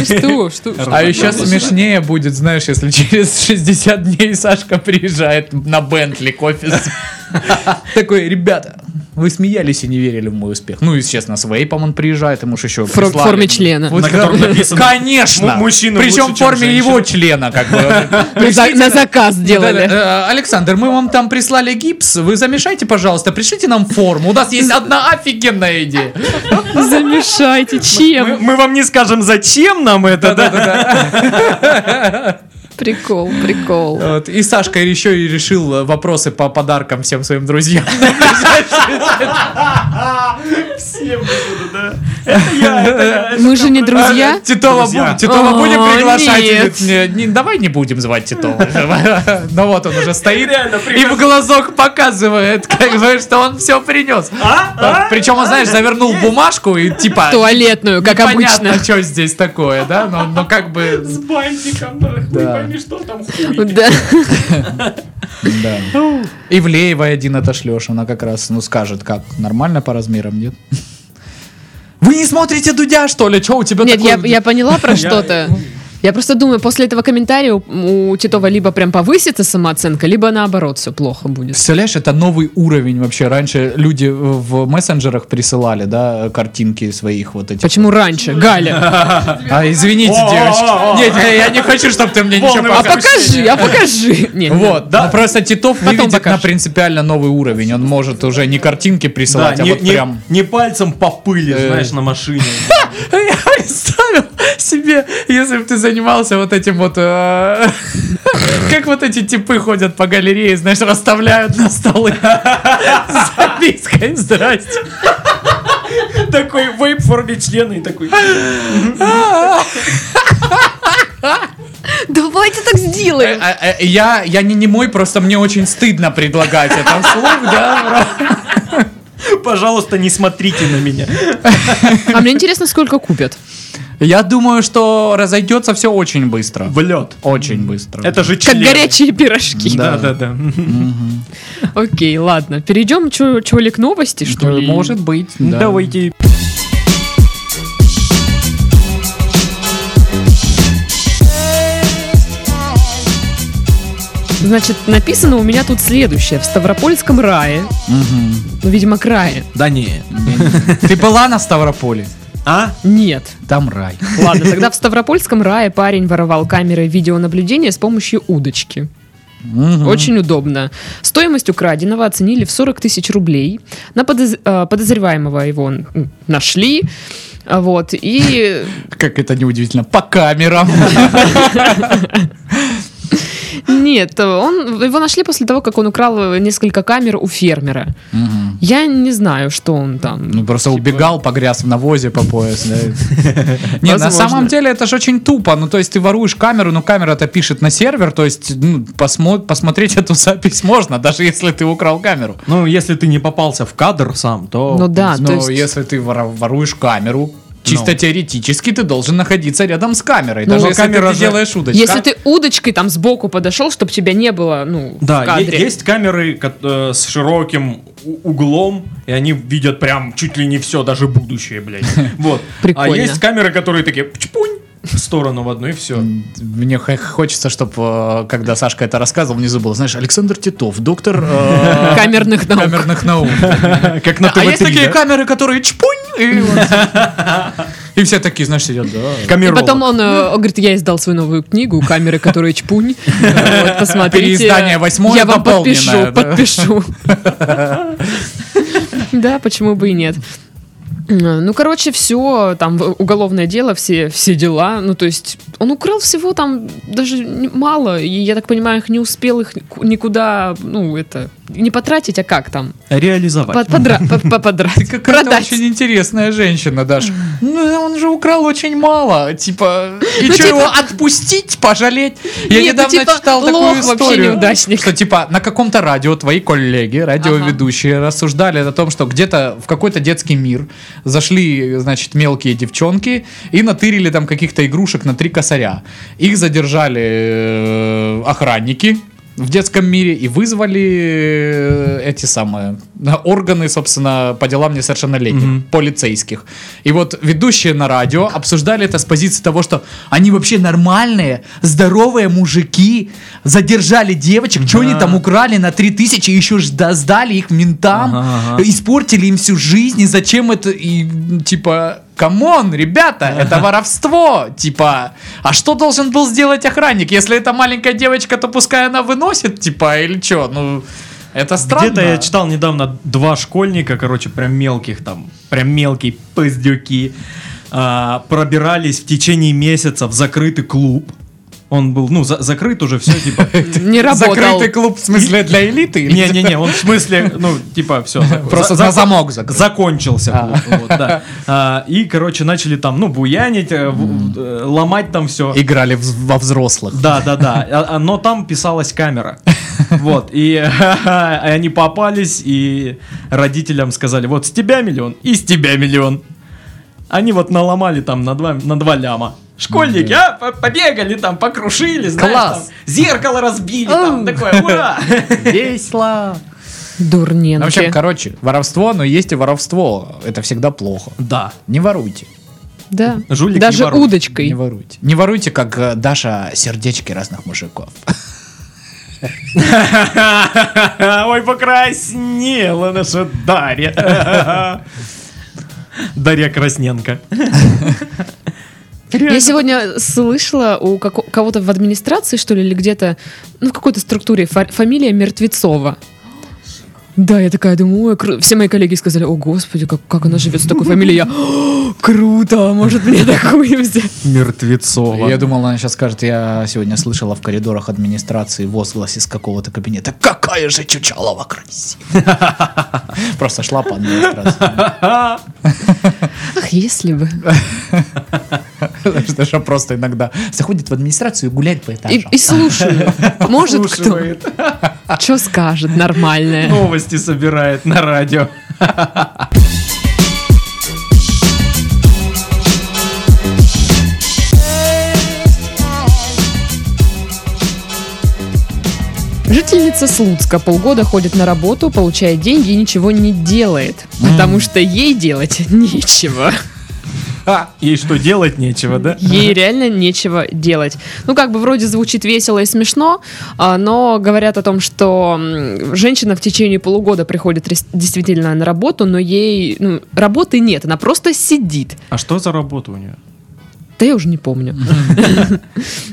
[SPEAKER 2] Что? Что? что?
[SPEAKER 1] А еще смешнее будет, знаешь, если через 60 дней Сашка приезжает на Бентли к офису. Такой, ребята, вы смеялись и не верили в мой успех. Ну и, естественно, с вейпом он еще ему ж еще
[SPEAKER 2] Фро- в
[SPEAKER 1] прислали.
[SPEAKER 2] форме члена.
[SPEAKER 1] Вот
[SPEAKER 3] На котором
[SPEAKER 1] это-
[SPEAKER 3] написано,
[SPEAKER 1] Конечно!
[SPEAKER 3] «М- мужчина
[SPEAKER 1] Причем
[SPEAKER 3] лучше,
[SPEAKER 1] в
[SPEAKER 3] чем
[SPEAKER 1] форме
[SPEAKER 3] женщина».
[SPEAKER 1] его члена, как бы.
[SPEAKER 2] На за- На заказ делали.
[SPEAKER 1] Да-да, э, Александр, мы вам там прислали гипс. Вы замешайте, пожалуйста, пришлите нам форму. У нас есть одна офигенная идея.
[SPEAKER 2] Замешайте.
[SPEAKER 3] Мы,
[SPEAKER 2] Чем?
[SPEAKER 3] мы вам не скажем, зачем нам это, да?
[SPEAKER 2] Прикол, прикол.
[SPEAKER 1] Вот, И Сашка еще и решил э, вопросы по подаркам всем своим друзьям.
[SPEAKER 2] Мы же не друзья.
[SPEAKER 1] Титова,
[SPEAKER 3] Друзья.
[SPEAKER 1] бу- Титова
[SPEAKER 2] О,
[SPEAKER 1] будем приглашать? Или
[SPEAKER 2] нет.
[SPEAKER 1] не- не- давай не будем звать Титова. Ну вот он уже стоит
[SPEAKER 3] Реально,
[SPEAKER 1] и в глазок показывает, как бы, что он все принес.
[SPEAKER 3] А?
[SPEAKER 1] Причем он, знаешь, завернул бумажку и типа...
[SPEAKER 2] Туалетную, как
[SPEAKER 1] Понятно,
[SPEAKER 2] обычно.
[SPEAKER 1] что здесь такое, да? Но, но как бы...
[SPEAKER 3] С бантиком, да. Хуй
[SPEAKER 1] Да.
[SPEAKER 3] пойми, что там хуй.
[SPEAKER 2] Да.
[SPEAKER 1] Да. Ивлеевой один отошлешь, она как раз, ну, скажет, как, нормально по размерам, нет? Вы не смотрите Дудя, что ли? Че у тебя
[SPEAKER 2] Нет, я,
[SPEAKER 1] такое?
[SPEAKER 2] я поняла про что-то. Я просто думаю, после этого комментария у, у Титова либо прям повысится самооценка, либо наоборот все плохо будет.
[SPEAKER 1] Представляешь, это новый уровень вообще. Раньше люди в мессенджерах присылали, да, картинки своих вот этих.
[SPEAKER 2] Почему раньше, Галя?
[SPEAKER 1] А, извините,
[SPEAKER 3] О, о, о, о.
[SPEAKER 1] девочки. Нет, я- я не хочу, чтобы ты мне ничего
[SPEAKER 3] Волны
[SPEAKER 2] А
[SPEAKER 1] показывала.
[SPEAKER 2] покажи, а покажи. Не, не
[SPEAKER 1] Вот, да. просто Титов выведет на
[SPEAKER 2] покажешь.
[SPEAKER 1] принципиально новый уровень. Он может уже не картинки
[SPEAKER 3] Да,
[SPEAKER 1] присылать, а
[SPEAKER 3] не,
[SPEAKER 1] вот
[SPEAKER 3] не-
[SPEAKER 1] прям...
[SPEAKER 3] не пальцем по пыли,
[SPEAKER 1] Э.
[SPEAKER 3] знаешь, на машине.
[SPEAKER 1] Я представил себе, если бы ты занимался вот этим вот... э, Как вот эти типы ходят по галерее, знаешь, расставляют на столы с запиской «Здрасте».
[SPEAKER 3] Такой вейп в форме члена и такой...
[SPEAKER 2] Давайте так
[SPEAKER 1] Э,
[SPEAKER 2] сделаем.
[SPEAKER 1] э, э, Я, я не немой, просто мне очень стыдно предлагать это вслух, да?
[SPEAKER 3] Пожалуйста, не смотрите на меня.
[SPEAKER 2] А мне интересно, сколько купят.
[SPEAKER 1] Я думаю, что разойдется все очень быстро.
[SPEAKER 3] В лед.
[SPEAKER 1] Очень быстро.
[SPEAKER 3] Это же
[SPEAKER 2] Как
[SPEAKER 3] член.
[SPEAKER 2] горячие пирожки.
[SPEAKER 3] Да, да, да.
[SPEAKER 2] Окей, ладно. Перейдем, чё- чувак, к новости, что
[SPEAKER 1] Э,
[SPEAKER 2] ли?
[SPEAKER 1] Может быть, да.
[SPEAKER 3] Давайте.
[SPEAKER 2] Значит, написано у меня тут следующее. В Ставропольском рае,
[SPEAKER 1] Мгм.
[SPEAKER 2] ну, видимо, крае,
[SPEAKER 3] Да не.
[SPEAKER 1] Ты была на Ставрополе?
[SPEAKER 3] А?
[SPEAKER 2] нет.
[SPEAKER 1] Там рай.
[SPEAKER 2] Ладно, тогда в Ставропольском рае парень воровал камеры видеонаблюдения с помощью удочки.
[SPEAKER 1] Мгм.
[SPEAKER 2] Очень удобно. Стоимость украденного оценили в 40 тысяч рублей. На подоз- э, подозреваемого его м, нашли. А Вот, и
[SPEAKER 1] Как это неудивительно. По камерам.
[SPEAKER 2] нет, э, он, его нашли после того, как он украл э, несколько камер у фермера.
[SPEAKER 1] Мгм.
[SPEAKER 2] Я не знаю, что он там.
[SPEAKER 1] Ну, просто убегал, погряз в навозе по пояс. да. Не,
[SPEAKER 2] Возможно.
[SPEAKER 1] на самом деле это же очень тупо. Ну, то есть ты воруешь камеру, но камера-то пишет на сервер, то есть ну, посмо- посмотреть эту запись можно, даже если ты украл камеру.
[SPEAKER 3] Ну, если ты не попался в кадр сам, то...
[SPEAKER 2] Ну да, то
[SPEAKER 1] Но
[SPEAKER 2] есть...
[SPEAKER 1] если ты воро- воруешь камеру, чисто
[SPEAKER 3] Ну.
[SPEAKER 1] теоретически ты должен находиться рядом с камерой,
[SPEAKER 2] Ну,
[SPEAKER 1] даже
[SPEAKER 3] но
[SPEAKER 1] если ты
[SPEAKER 3] камера
[SPEAKER 1] не
[SPEAKER 3] же-
[SPEAKER 1] делаешь удочку.
[SPEAKER 2] Если ты удочкой там сбоку подошел, чтобы тебя не было, ну, в
[SPEAKER 3] Да, е-
[SPEAKER 2] кадре.
[SPEAKER 3] есть камеры ко- э, с широким у- углом, и они видят прям чуть ли не все, даже будущее, блядь. Вот.
[SPEAKER 2] Прикольно.
[SPEAKER 3] А есть камеры, которые такие пчпунь в сторону в одну и все.
[SPEAKER 1] Мне х- хочется, чтобы, когда Сашка это рассказывал, внизу было, знаешь, Александр Титов, доктор э,
[SPEAKER 2] камерных наук.
[SPEAKER 1] камерных наук.
[SPEAKER 3] Как на
[SPEAKER 1] А есть такие
[SPEAKER 3] ТВ-3, да?
[SPEAKER 1] камеры, которые чпунь, и вот. И все такие, знаешь, сидят, да.
[SPEAKER 2] И
[SPEAKER 3] Камеролог.
[SPEAKER 2] потом он, э, он говорит, я издал свою новую книгу «Камеры, которые чпунь». Э, вот, Посмотрите.
[SPEAKER 1] Переиздание восьмое
[SPEAKER 2] Я вам подпишу,
[SPEAKER 1] дополненное, да.
[SPEAKER 2] подпишу. Да, почему бы и нет. Э, Ну, короче, все, там, в- уголовное дело, все, все дела. Ну, то есть, он украл всего там даже не- мало, и, я так понимаю, их не успел их нику- никуда, ну, это, не потратить, а как там?
[SPEAKER 3] Реализовать.
[SPEAKER 2] Под- подра- по- по-
[SPEAKER 1] Ты
[SPEAKER 2] Подрать,
[SPEAKER 1] какая-то
[SPEAKER 2] продать.
[SPEAKER 1] очень интересная женщина, Даша. Ну, он же украл очень мало. Типа, и
[SPEAKER 2] Ну,
[SPEAKER 1] чё,
[SPEAKER 2] типа-
[SPEAKER 1] его отпустить, пожалеть? Я
[SPEAKER 2] Нет, ну,
[SPEAKER 1] недавно
[SPEAKER 2] типа,
[SPEAKER 1] читал
[SPEAKER 2] лох
[SPEAKER 1] такую
[SPEAKER 2] вообще
[SPEAKER 1] историю,
[SPEAKER 2] неудачник.
[SPEAKER 1] что типа на каком-то радио твои коллеги, радиоведущие, рассуждали о том, что где-то в какой-то детский мир зашли, значит, мелкие девчонки и натырили там каких-то игрушек на три косаря. Их задержали э, охранники, в детском мире и вызвали э, эти самые э, органы, собственно, по делам несовершеннолетних, полицейских. И вот ведущие на радио обсуждали это с позиции того, что они вообще нормальные, здоровые мужики, задержали девочек, что они там украли на 3000 и еще ж да- сдали их ментам,
[SPEAKER 3] Ага, ага.
[SPEAKER 1] испортили им всю жизнь, и зачем это, и м, типа... Камон, ребята, это воровство. Типа, а что должен был сделать охранник? Если это маленькая девочка, то пускай она выносит, типа, или что? Ну, это странно.
[SPEAKER 3] Где-то я читал недавно два школьника, короче, прям мелких там, прям мелкие пиздюки, а, пробирались в течение месяца в закрытый клуб. Он был, ну, за- закрыт уже, все, типа...
[SPEAKER 2] Не работал.
[SPEAKER 1] Закрытый клуб, в смысле, для элиты? или что?
[SPEAKER 3] Не-не-не, он в смысле, ну, типа, все.
[SPEAKER 1] Просто на замок А. закрыт.
[SPEAKER 3] Закончился клуб, вот, да. А, И, короче, начали там, ну, буянить, э, в- э, ломать там все.
[SPEAKER 1] Играли в- во взрослых.
[SPEAKER 3] Да, да, да. А- а, Но там писалась камера. Вот. А, И они попались, и родителям сказали: вот с тебя миллион, и с тебя миллион. Они вот наломали там на два, на два ляма. Школьники, а, по- побегали там, покрушили, знаешь,
[SPEAKER 1] Класс.
[SPEAKER 3] там, зеркало разбили, там,
[SPEAKER 2] Ау.
[SPEAKER 3] такое, ура!
[SPEAKER 1] Весело. Ну, В общем,
[SPEAKER 2] Дурненки.
[SPEAKER 1] короче, воровство, но есть и воровство. Это всегда плохо.
[SPEAKER 3] Да.
[SPEAKER 1] Не воруйте.
[SPEAKER 2] Да.
[SPEAKER 3] Жулик не
[SPEAKER 2] Даже
[SPEAKER 3] ворует.
[SPEAKER 1] Не
[SPEAKER 2] удочкой.
[SPEAKER 1] воруйте. Не воруйте, как э, Даша, сердечки разных мужиков.
[SPEAKER 3] Ой, покраснела наша Дарья. Дарья Красненко.
[SPEAKER 2] Я сегодня слышала у како- кого-то в администрации, что ли, или где-то, ну, в какой-то структуре фа- фамилия Мертвецова. Да, я такая думаю, ой, кру- все мои коллеги сказали, о господи, как, как она живет с такой фамилией. Я, «О, круто, может мне такую взять?
[SPEAKER 3] Мертвецова.
[SPEAKER 1] Я думал, она сейчас скажет, я сегодня слышала в коридорах администрации возглас из какого-то кабинета. Какая же Чучалова красивая. Просто шла по администрации.
[SPEAKER 2] Ах, если бы.
[SPEAKER 1] Даша просто иногда заходит в администрацию и гуляет по
[SPEAKER 2] И,
[SPEAKER 1] этажам.
[SPEAKER 2] и слушаю. Может кто?
[SPEAKER 3] Слушивает.
[SPEAKER 2] Что скажет нормальное?
[SPEAKER 3] Новости собирает на радио.
[SPEAKER 2] Жительница Слуцка полгода ходит на работу, получает деньги и ничего не делает. Потому что ей делать нечего.
[SPEAKER 3] А, ей что, делать нечего, да?
[SPEAKER 2] Ей реально нечего делать. Ну, как бы вроде звучит весело и смешно, а, но говорят о том, что м, женщина в течение полугода приходит рес- действительно на работу, но ей ну, работы нет, она просто сидит.
[SPEAKER 3] А что за работа у нее?
[SPEAKER 2] Да я уже не помню.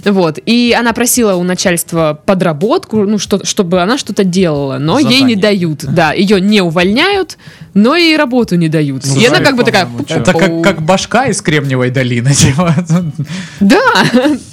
[SPEAKER 2] Вот. И она просила у начальства подработку, ну, что, чтобы она что-то делала, но ей не
[SPEAKER 3] Задание.
[SPEAKER 2] дают. Да, ее не увольняют, но и работу не дают.
[SPEAKER 3] Ну,
[SPEAKER 2] И она
[SPEAKER 3] жаль,
[SPEAKER 2] как бы такая...
[SPEAKER 3] по-моему, чё.
[SPEAKER 1] Это как, как башка из Кремниевой долины. типа.
[SPEAKER 2] Да,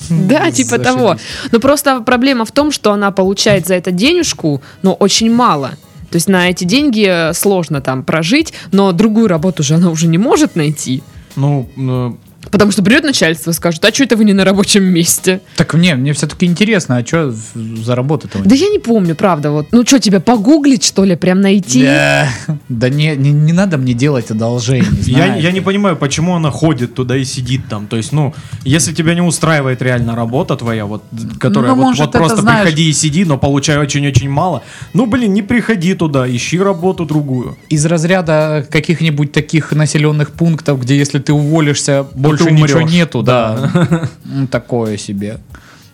[SPEAKER 1] Хм,
[SPEAKER 2] да, типа того. Но просто проблема в том, что она получает за это денежку, но очень мало. То есть на эти деньги э, сложно там прожить, но другую работу же она уже не может найти.
[SPEAKER 3] Ну, ну,
[SPEAKER 2] Потому что придет начальство и скажет, а что это вы не на рабочем месте?
[SPEAKER 1] Так мне, мне все-таки интересно, а что за работа-то у
[SPEAKER 2] Да
[SPEAKER 1] них?
[SPEAKER 2] я не помню, правда. Вот. Ну что, тебя погуглить, что ли, прям найти?
[SPEAKER 1] Да, Э, да не, не, не надо мне делать одолжение.
[SPEAKER 3] я,
[SPEAKER 1] знаете.
[SPEAKER 3] я не понимаю, почему она ходит туда и сидит там. То есть, ну, если тебя не устраивает реально работа твоя, вот, которая
[SPEAKER 1] Ну,
[SPEAKER 3] вот,
[SPEAKER 1] может,
[SPEAKER 3] вот
[SPEAKER 1] это
[SPEAKER 3] просто
[SPEAKER 1] знаешь-
[SPEAKER 3] приходи и сиди, но получай очень-очень мало. Ну, блин, не приходи туда, ищи работу другую.
[SPEAKER 1] из разряда каких-нибудь таких населенных пунктов, где если ты уволишься, больше
[SPEAKER 3] ты
[SPEAKER 1] ничего
[SPEAKER 3] умрёшь.
[SPEAKER 1] нету, да. Ну, Такое себе.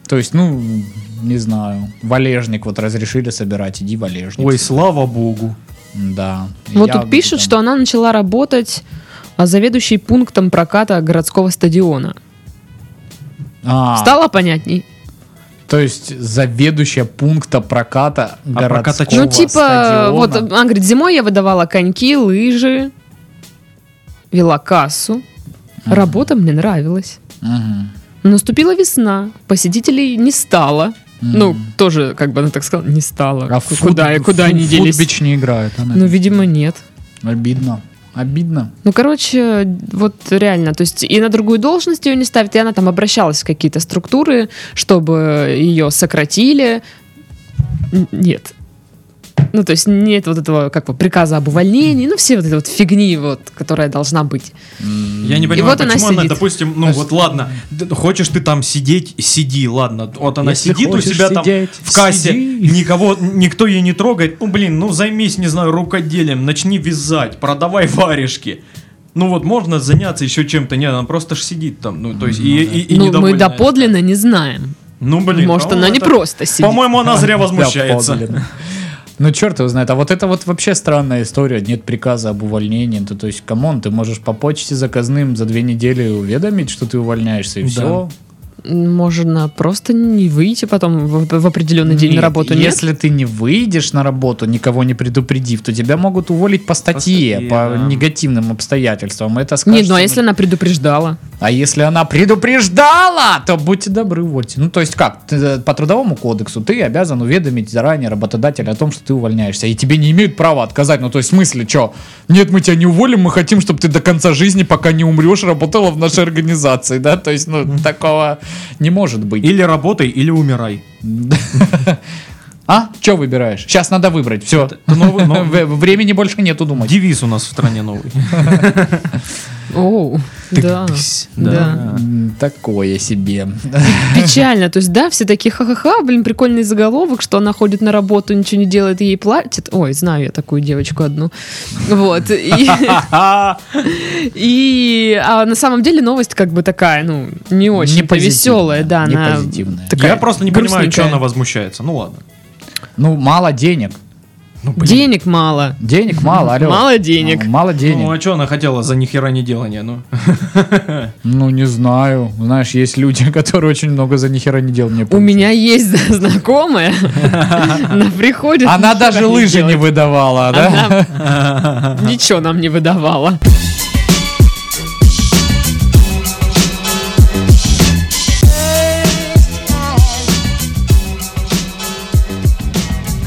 [SPEAKER 1] То есть, ну, не знаю, валежник вот разрешили собирать, иди валежник.
[SPEAKER 3] Ой, слава богу.
[SPEAKER 1] Да.
[SPEAKER 2] Вот
[SPEAKER 1] Ягоды
[SPEAKER 2] Ну, тут пишут,
[SPEAKER 1] там.
[SPEAKER 2] что она начала работать а, заведующей пунктом проката городского стадиона.
[SPEAKER 1] А,
[SPEAKER 2] Стало понятней?
[SPEAKER 1] То есть, заведующая пункта проката
[SPEAKER 3] А проката
[SPEAKER 1] городского
[SPEAKER 3] чего?
[SPEAKER 2] Ну, типа,
[SPEAKER 1] стадиона.
[SPEAKER 2] вот, она говорит, зимой я выдавала коньки, лыжи, вела кассу.
[SPEAKER 1] Мгм.
[SPEAKER 2] Работа мне нравилась.
[SPEAKER 1] Мгм.
[SPEAKER 2] Но Наступила весна, посетителей не стало.
[SPEAKER 1] Мгм.
[SPEAKER 2] Ну, тоже, как бы она так сказала, не стало.
[SPEAKER 1] а
[SPEAKER 2] К-
[SPEAKER 1] в
[SPEAKER 2] куда,
[SPEAKER 1] фут-
[SPEAKER 2] куда
[SPEAKER 1] в
[SPEAKER 2] они делись?
[SPEAKER 1] футбич не играют. а,
[SPEAKER 2] Ну,
[SPEAKER 1] наверное.
[SPEAKER 2] видимо, нет.
[SPEAKER 1] Обидно. Обидно.
[SPEAKER 2] Ну, короче, вот реально, то есть и на другую должность ее не ставят, и она там обращалась в какие-то структуры, чтобы ее сократили. Н- Нет. Ну, то есть нет вот этого, как бы, приказа об увольнении, ну, все вот этой вот фигни, вот, которая должна быть.
[SPEAKER 3] Я не понимаю,
[SPEAKER 2] вот она
[SPEAKER 3] А почему она,
[SPEAKER 2] сидит.
[SPEAKER 3] допустим, ну
[SPEAKER 1] Значит,
[SPEAKER 3] вот ладно, д- хочешь ты там сидеть, сиди, ладно. Вот она
[SPEAKER 1] Если
[SPEAKER 3] сидит у
[SPEAKER 1] хочешь
[SPEAKER 3] себя там
[SPEAKER 1] сидеть,
[SPEAKER 3] в кассе,
[SPEAKER 1] сиди.
[SPEAKER 3] никого, никто ее не трогает. Ну блин, ну займись, не знаю, рукоделием, начни вязать, продавай варежки. Ну вот можно заняться еще чем-то, не, она просто ж сидит там, ну то есть и, и, и
[SPEAKER 2] ну, мы
[SPEAKER 3] недовольная.
[SPEAKER 2] доподлинно не знаем.
[SPEAKER 3] Ну блин,
[SPEAKER 2] Может, она
[SPEAKER 3] по-моему,
[SPEAKER 2] не
[SPEAKER 3] это-
[SPEAKER 2] просто сидит.
[SPEAKER 3] По-моему, она зря возмущается.
[SPEAKER 1] Да, подлинно. Ну, черт его знает. А вот это вот вообще странная история. Нет приказа об увольнении. То, то есть, камон, ты можешь по почте заказным за две недели уведомить, что ты увольняешься, и
[SPEAKER 3] Да.
[SPEAKER 1] все.
[SPEAKER 2] Можно просто не выйти потом в, в определенный день на работу, нет?
[SPEAKER 1] Если ты не выйдешь на работу, никого не предупредив, то тебя могут уволить по статье, по,
[SPEAKER 3] статье, да.
[SPEAKER 1] негативным обстоятельствам. Это
[SPEAKER 2] Нет,
[SPEAKER 1] скажется
[SPEAKER 2] ну а
[SPEAKER 1] на-
[SPEAKER 2] если она предупреждала?
[SPEAKER 1] А если она предупреждала, то будьте добры, увольте. Ну, то есть как? Ты, э, по трудовому кодексу ты обязан уведомить заранее работодателя о том, что ты увольняешься. И тебе не имеют права отказать. Ну, то есть в смысле, что? Нет, мы тебя не уволим, мы хотим, чтобы ты до конца жизни, пока не умрешь, работала в нашей организации, да? То есть, ну, такого не может быть.
[SPEAKER 3] Или работай, или умирай.
[SPEAKER 1] А? Что выбираешь? Сейчас надо выбрать, все.
[SPEAKER 3] Это ну, новый- новый-
[SPEAKER 1] Времени больше нету думать.
[SPEAKER 3] Девиз у нас в стране новый.
[SPEAKER 2] Оу, да. Да.
[SPEAKER 1] М, А, Такое себе.
[SPEAKER 2] Печально, то есть, да, все такие ха-ха-ха, блин, прикольный заголовок, что она ходит на работу, ничего не делает, ей платят. Ой, знаю я такую девочку одну. Вот. И,
[SPEAKER 3] А,
[SPEAKER 2] и- а на самом деле новость как бы такая, ну, не очень веселая, да,
[SPEAKER 1] Не
[SPEAKER 2] она
[SPEAKER 1] позитивная.
[SPEAKER 2] такая
[SPEAKER 3] Я просто не понимаю, что
[SPEAKER 2] грустненькая.
[SPEAKER 3] она возмущается. Ну ладно.
[SPEAKER 1] Ну, мало денег. Ну, блин,
[SPEAKER 2] Денег мало.
[SPEAKER 1] Денег мало, алло.
[SPEAKER 2] Мало денег.
[SPEAKER 1] Ну, Мало
[SPEAKER 3] Ну,
[SPEAKER 1] денег.
[SPEAKER 3] а что она хотела за нихера не делание, ну?
[SPEAKER 1] Ну, не знаю. Знаешь, есть люди, которые очень много за нихера не делают. мне
[SPEAKER 2] У
[SPEAKER 1] помнится.
[SPEAKER 2] меня есть знакомая, она приходит.
[SPEAKER 1] Она
[SPEAKER 2] нихера
[SPEAKER 1] даже лыжи не
[SPEAKER 2] делает.
[SPEAKER 1] выдавала, да?
[SPEAKER 2] Она ничего нам не выдавала.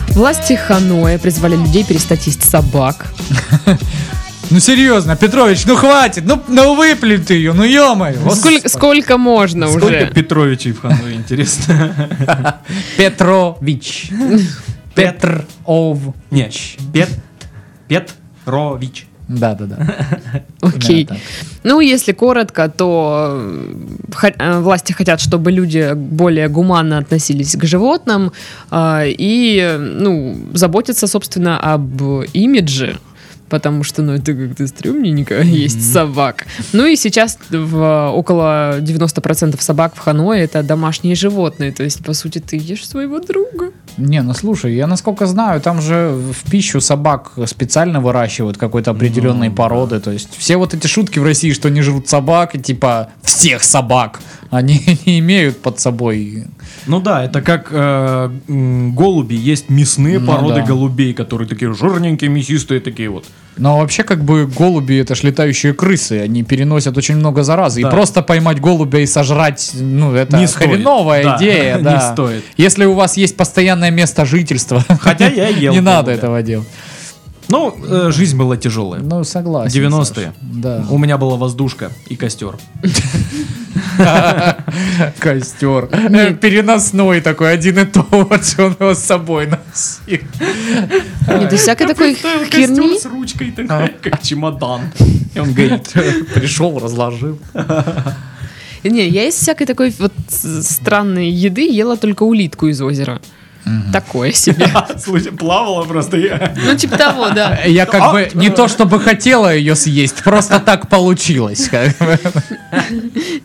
[SPEAKER 2] Власти Ханоя призвали людей перестать есть собак.
[SPEAKER 1] Ну, серьезно, Петрович, ну хватит, ну, ну выплюнь ты ее, ну ё-моё.
[SPEAKER 2] Сколько, сколько можно
[SPEAKER 3] Сколько
[SPEAKER 2] уже?
[SPEAKER 3] Петровичей в Ханой, интересно?
[SPEAKER 1] Петрович. Петров.
[SPEAKER 3] Нет, Пет... Петрович.
[SPEAKER 1] Да-да-да.
[SPEAKER 2] Окей.
[SPEAKER 1] Именно так.
[SPEAKER 2] Ну, если коротко, то э, хо- э, власти хотят, чтобы люди более гуманно относились к животным э, и, э, ну, заботятся, собственно, об имидже. Потому что, ну, это как-то стрёмненько, есть собак. Ну и сейчас в, э, около 90% собак в Ханое это домашние животные. То есть, по сути, ты ешь своего друга.
[SPEAKER 1] Не, ну слушай, я насколько знаю, там же в пищу собак специально выращивают какой-то
[SPEAKER 3] Ну,
[SPEAKER 1] определенной породы. То есть все вот эти шутки в России, что не жрут собак, и типа всех собак, они не имеют под собой.
[SPEAKER 3] Ну да, это как э, м, голуби. Есть мясные
[SPEAKER 1] Ну
[SPEAKER 3] породы
[SPEAKER 1] да.
[SPEAKER 3] голубей, которые такие жирненькие, мясистые такие вот.
[SPEAKER 1] Но вообще как бы голуби это ж летающие крысы, они переносят очень много заразы.
[SPEAKER 3] Да.
[SPEAKER 1] И просто поймать голубя и сожрать, ну это
[SPEAKER 3] Не стоит.
[SPEAKER 1] хреновая
[SPEAKER 3] Да,
[SPEAKER 1] идея,
[SPEAKER 3] не
[SPEAKER 1] да.
[SPEAKER 3] стоит.
[SPEAKER 1] Если у вас есть постоянное место жительства,
[SPEAKER 3] Хотя я ел.
[SPEAKER 1] не надо
[SPEAKER 3] голубя.
[SPEAKER 1] этого делать.
[SPEAKER 3] Ну, э, жизнь была тяжелая.
[SPEAKER 1] Ну согласен.
[SPEAKER 3] 90-е.
[SPEAKER 1] Саш. Да.
[SPEAKER 3] У меня была воздушка и костер.
[SPEAKER 1] Костер. Э, Переносной такой, один и тот же он его с собой носил.
[SPEAKER 2] Нет, и всякой такой херни.
[SPEAKER 3] Костер с ручкой такая, как чемодан. И он горит.
[SPEAKER 1] Пришел, разложил.
[SPEAKER 2] Не, я из всякой такой вот с- странной еды ела только улитку из озера. Такое себе.
[SPEAKER 3] Слушай, плавала просто я.
[SPEAKER 2] Ну, типа того, да.
[SPEAKER 1] Я как бы не то чтобы хотела ее съесть, просто так получилось. как бы.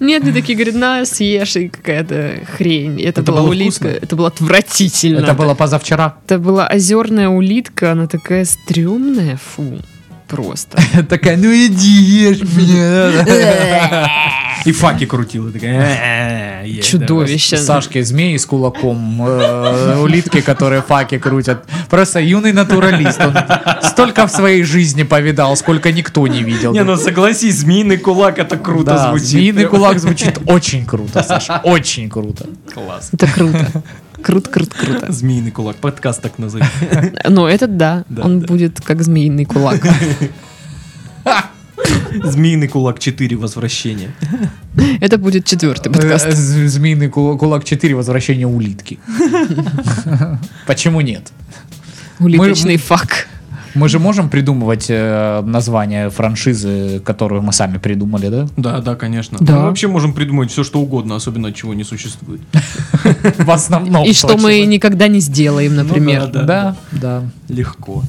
[SPEAKER 2] Нет, ты такие, говорят, на, съешь, и какая-то хрень. Это,
[SPEAKER 3] Это
[SPEAKER 2] была
[SPEAKER 3] было
[SPEAKER 2] улитка.
[SPEAKER 3] вкусно?
[SPEAKER 2] Это было отвратительно.
[SPEAKER 1] Это было позавчера.
[SPEAKER 2] Это была озерная улитка, она такая стрёмная, фу. Просто.
[SPEAKER 1] Такая, ну иди, ешь меня.
[SPEAKER 3] И факи крутила. такая, «Э, э, э, есть,
[SPEAKER 2] Чудовище.
[SPEAKER 1] Сашки, змеи с кулаком, э, улитки, которые факи крутят. Просто юный натуралист. Он столько в своей жизни повидал, сколько никто не
[SPEAKER 3] давай».
[SPEAKER 1] видел.
[SPEAKER 3] Не, ну согласись, змеиный кулак это круто
[SPEAKER 1] Да,
[SPEAKER 3] звучит.
[SPEAKER 1] змеиный кулак звучит очень круто, Саша, очень круто.
[SPEAKER 3] Класс.
[SPEAKER 2] Это круто. Круто, круто, круто.
[SPEAKER 3] Змеиный кулак, подкаст так назови.
[SPEAKER 2] Но этот да,
[SPEAKER 3] Да,
[SPEAKER 2] он
[SPEAKER 3] да.
[SPEAKER 2] будет как змеиный кулак.
[SPEAKER 3] Змеиный кулак 4 возвращение.
[SPEAKER 2] Это будет четвертый подкаст.
[SPEAKER 1] Э, з- Змеиный кула- кулак 4, возвращение улитки. Почему нет?
[SPEAKER 2] Улиточный фак.
[SPEAKER 1] Мы же можем придумывать э, название франшизы, которую мы сами придумали, да?
[SPEAKER 3] Да, да, конечно.
[SPEAKER 2] Да.
[SPEAKER 3] Мы вообще можем придумать все, что угодно, особенно чего не существует.
[SPEAKER 1] В основном.
[SPEAKER 2] И что
[SPEAKER 1] точно.
[SPEAKER 2] мы никогда не сделаем, например.
[SPEAKER 3] Ну да,
[SPEAKER 1] Да, да.
[SPEAKER 3] Легко.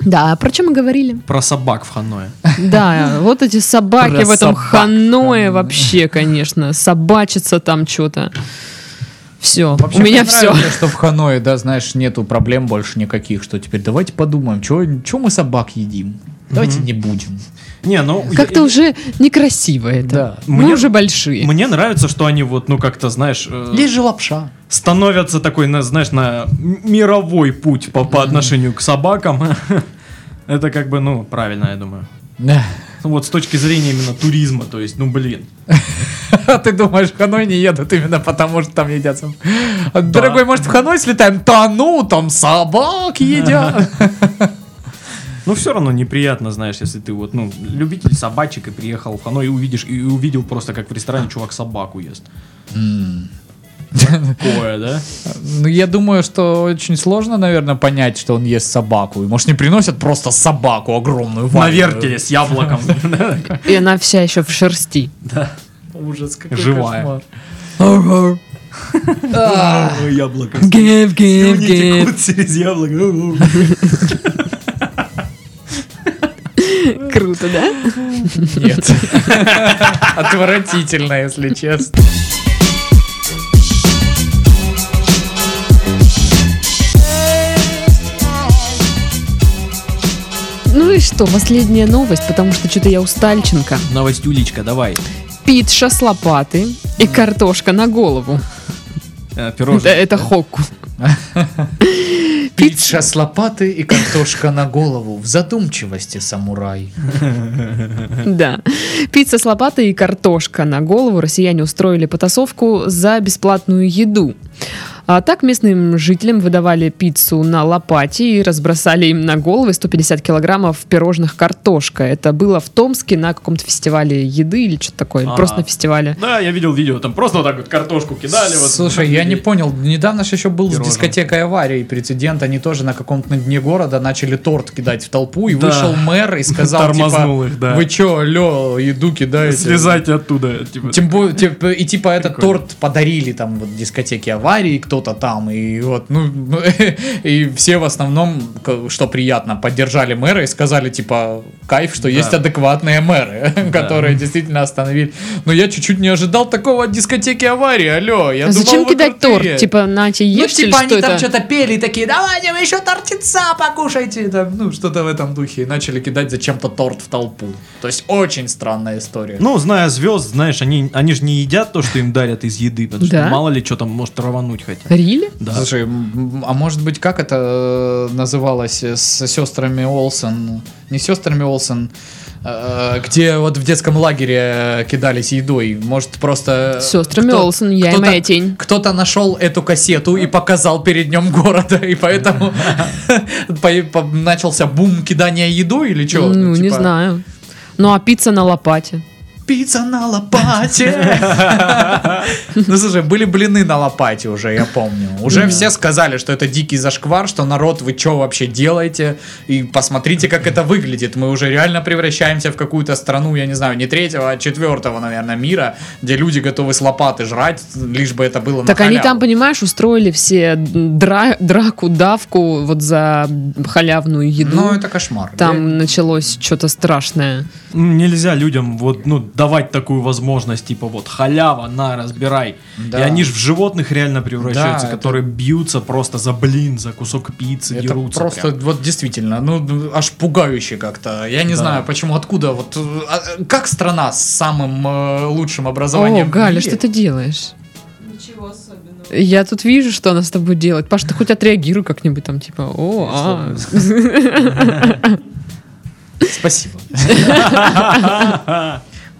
[SPEAKER 2] Да, про чем мы говорили?
[SPEAKER 3] Про собак в Ханое.
[SPEAKER 2] Да, вот эти собаки
[SPEAKER 1] Про
[SPEAKER 2] в этом
[SPEAKER 1] собак.
[SPEAKER 2] ханое вообще, конечно. Собачится там что-то. Все,
[SPEAKER 1] Вообще,
[SPEAKER 2] у меня
[SPEAKER 1] мне
[SPEAKER 2] все.
[SPEAKER 1] нравится, что в Ханое, да, знаешь, нету проблем больше никаких, что теперь давайте подумаем, чего мы собак едим. Давайте не будем.
[SPEAKER 3] Не, ну...
[SPEAKER 2] Как-то
[SPEAKER 3] я-
[SPEAKER 2] уже некрасиво это.
[SPEAKER 1] Да.
[SPEAKER 2] Мы
[SPEAKER 3] Мне-
[SPEAKER 2] уже большие.
[SPEAKER 3] Мне нравится, что они вот, ну как-то, знаешь, э,
[SPEAKER 1] Есть же лапша.
[SPEAKER 3] становятся такой, на- знаешь, на м- мировой путь по, по отношению к собакам. Это как бы, ну, правильно, я думаю. Ну, Вот с точки зрения именно туризма, то есть, ну, блин.
[SPEAKER 1] А ты думаешь, в Ханой не едут именно потому, что там едят собак? Дорогой, может, в Ханой слетаем? Да ну, там собак едят.
[SPEAKER 3] Ну, все равно неприятно, знаешь, если ты вот, ну, любитель собачек и приехал в Ханой и увидишь, и увидел просто, как в ресторане чувак собаку ест. Такое, да?
[SPEAKER 1] Ну, я думаю, что очень сложно, наверное, понять, что он ест собаку. И, может, не приносят просто собаку огромную
[SPEAKER 3] На
[SPEAKER 1] вареную.
[SPEAKER 3] вертеле с яблоком.
[SPEAKER 2] И она вся еще в шерсти.
[SPEAKER 1] Ужас, какой
[SPEAKER 3] Живая.
[SPEAKER 1] кошмар.
[SPEAKER 3] Яблоко.
[SPEAKER 2] Гев, гев,
[SPEAKER 3] Слюни
[SPEAKER 2] гев.
[SPEAKER 3] текут через яблоко.
[SPEAKER 2] Круто, да?
[SPEAKER 1] Нет. Отвратительно, если честно.
[SPEAKER 2] Ну и что, последняя новость, потому что что-то я устальченко.
[SPEAKER 3] Новость Уличка, давай.
[SPEAKER 2] Питша с лопаты и картошка на голову.
[SPEAKER 3] Э,
[SPEAKER 2] Это,
[SPEAKER 3] Пирожное.
[SPEAKER 2] это хокку.
[SPEAKER 1] Пицца с лопаты и картошка на голову. В задумчивости самурай.
[SPEAKER 2] Да. Пицца с лопатой и картошка на голову россияне устроили потасовку за бесплатную еду. А так местным жителям выдавали пиццу на лопате и разбросали им на головы 150 килограммов пирожных картошка. Это было в Томске на каком-то фестивале еды или что-то такое, или
[SPEAKER 1] А.
[SPEAKER 3] Ага.
[SPEAKER 2] просто на фестивале.
[SPEAKER 3] Да, я видел видео, там просто вот так вот картошку кидали. вот.
[SPEAKER 1] Слушай, я не понял, недавно же еще был
[SPEAKER 3] Пирожным.
[SPEAKER 1] с дискотекой аварии прецедент, они тоже на каком-то дне города начали торт кидать в толпу, и
[SPEAKER 3] Да.
[SPEAKER 1] вышел мэр и сказал,
[SPEAKER 3] Тормознул
[SPEAKER 1] типа,
[SPEAKER 3] их, да.
[SPEAKER 1] вы чё, алё, еду кидаете?
[SPEAKER 3] Слезайте оттуда. Типа.
[SPEAKER 1] Тем более, типа, и типа этот
[SPEAKER 3] Прикольно.
[SPEAKER 1] торт подарили там вот дискотеке аварии, кто-то там, и вот, ну, и все в основном, к- что приятно, поддержали мэра и сказали, типа, кайф, что есть адекватные мэры, которые действительно остановили. Но я чуть-чуть не ожидал такого от дискотеки аварии, алло, я
[SPEAKER 2] А
[SPEAKER 1] думал,
[SPEAKER 2] зачем
[SPEAKER 1] вы
[SPEAKER 2] кидать
[SPEAKER 1] крутые.
[SPEAKER 2] торт? Типа, на тебе
[SPEAKER 1] ну,
[SPEAKER 2] ешьте или
[SPEAKER 1] типа они
[SPEAKER 2] что
[SPEAKER 1] там
[SPEAKER 2] это?
[SPEAKER 1] что-то пели и такие, давайте вы еще тортица покушайте, там, ну, что-то в этом духе. И начали кидать зачем-то торт в толпу. То есть очень странная история.
[SPEAKER 3] Ну, зная звезд, знаешь, они, они же не едят то, что им дарят из еды, потому
[SPEAKER 2] Да.
[SPEAKER 3] что мало ли что там может рвануть хотя.
[SPEAKER 2] Рили?
[SPEAKER 3] Да.
[SPEAKER 1] Слушай, м, а может быть, как это э, называлось э, с сестрами Олсен? Не сестрами Олсен, э, где вот в детском лагере э, кидались едой. Может, просто... э,
[SPEAKER 2] Сестрами
[SPEAKER 1] кто-
[SPEAKER 2] Олсен, я и
[SPEAKER 1] кто-то-
[SPEAKER 2] моя тень.
[SPEAKER 1] Кто-то нашел эту кассету и показал перед днем города, и поэтому по- по- начался бум кидания едой или Типа, что?
[SPEAKER 2] Ну, не знаю. Ну, а пицца на лопате.
[SPEAKER 1] Пицца на лопате. Ну, слушай, были блины на лопате уже, я помню. Уже все сказали, что это дикий зашквар, что народ, вы что вообще делаете? И посмотрите, как это выглядит. Мы уже реально превращаемся в какую-то страну, я не знаю, не третьего, а четвертого, наверное, мира, где люди готовы с лопаты жрать, лишь бы это было на
[SPEAKER 2] Так они
[SPEAKER 1] халяву.
[SPEAKER 2] там, понимаешь, устроили все дра- драку, давку вот за халявную еду.
[SPEAKER 1] Ну, это кошмар.
[SPEAKER 2] Там началось что-то страшное.
[SPEAKER 3] М, Ну, Нельзя людям вот, ну, давать такую возможность, типа вот халява, на, разбирай.
[SPEAKER 1] Да.
[SPEAKER 3] И они же в животных реально превращаются,
[SPEAKER 1] Да, это-
[SPEAKER 3] которые бьются просто за блин, за кусок пиццы,
[SPEAKER 1] Это
[SPEAKER 3] дерутся.
[SPEAKER 1] просто
[SPEAKER 3] прям.
[SPEAKER 1] вот действительно, ну аж пугающе как-то. Я не
[SPEAKER 3] Да.
[SPEAKER 1] знаю, почему, откуда вот э, а, как страна с самым э, лучшим
[SPEAKER 2] О,
[SPEAKER 1] образованием. в
[SPEAKER 2] Галя,
[SPEAKER 1] мире?
[SPEAKER 2] что ты делаешь?
[SPEAKER 4] Ничего особенного.
[SPEAKER 2] Я тут вижу, что она с тобой делает. Паш, ты хоть отреагируй как-нибудь там, типа, о, а.
[SPEAKER 1] Спасибо.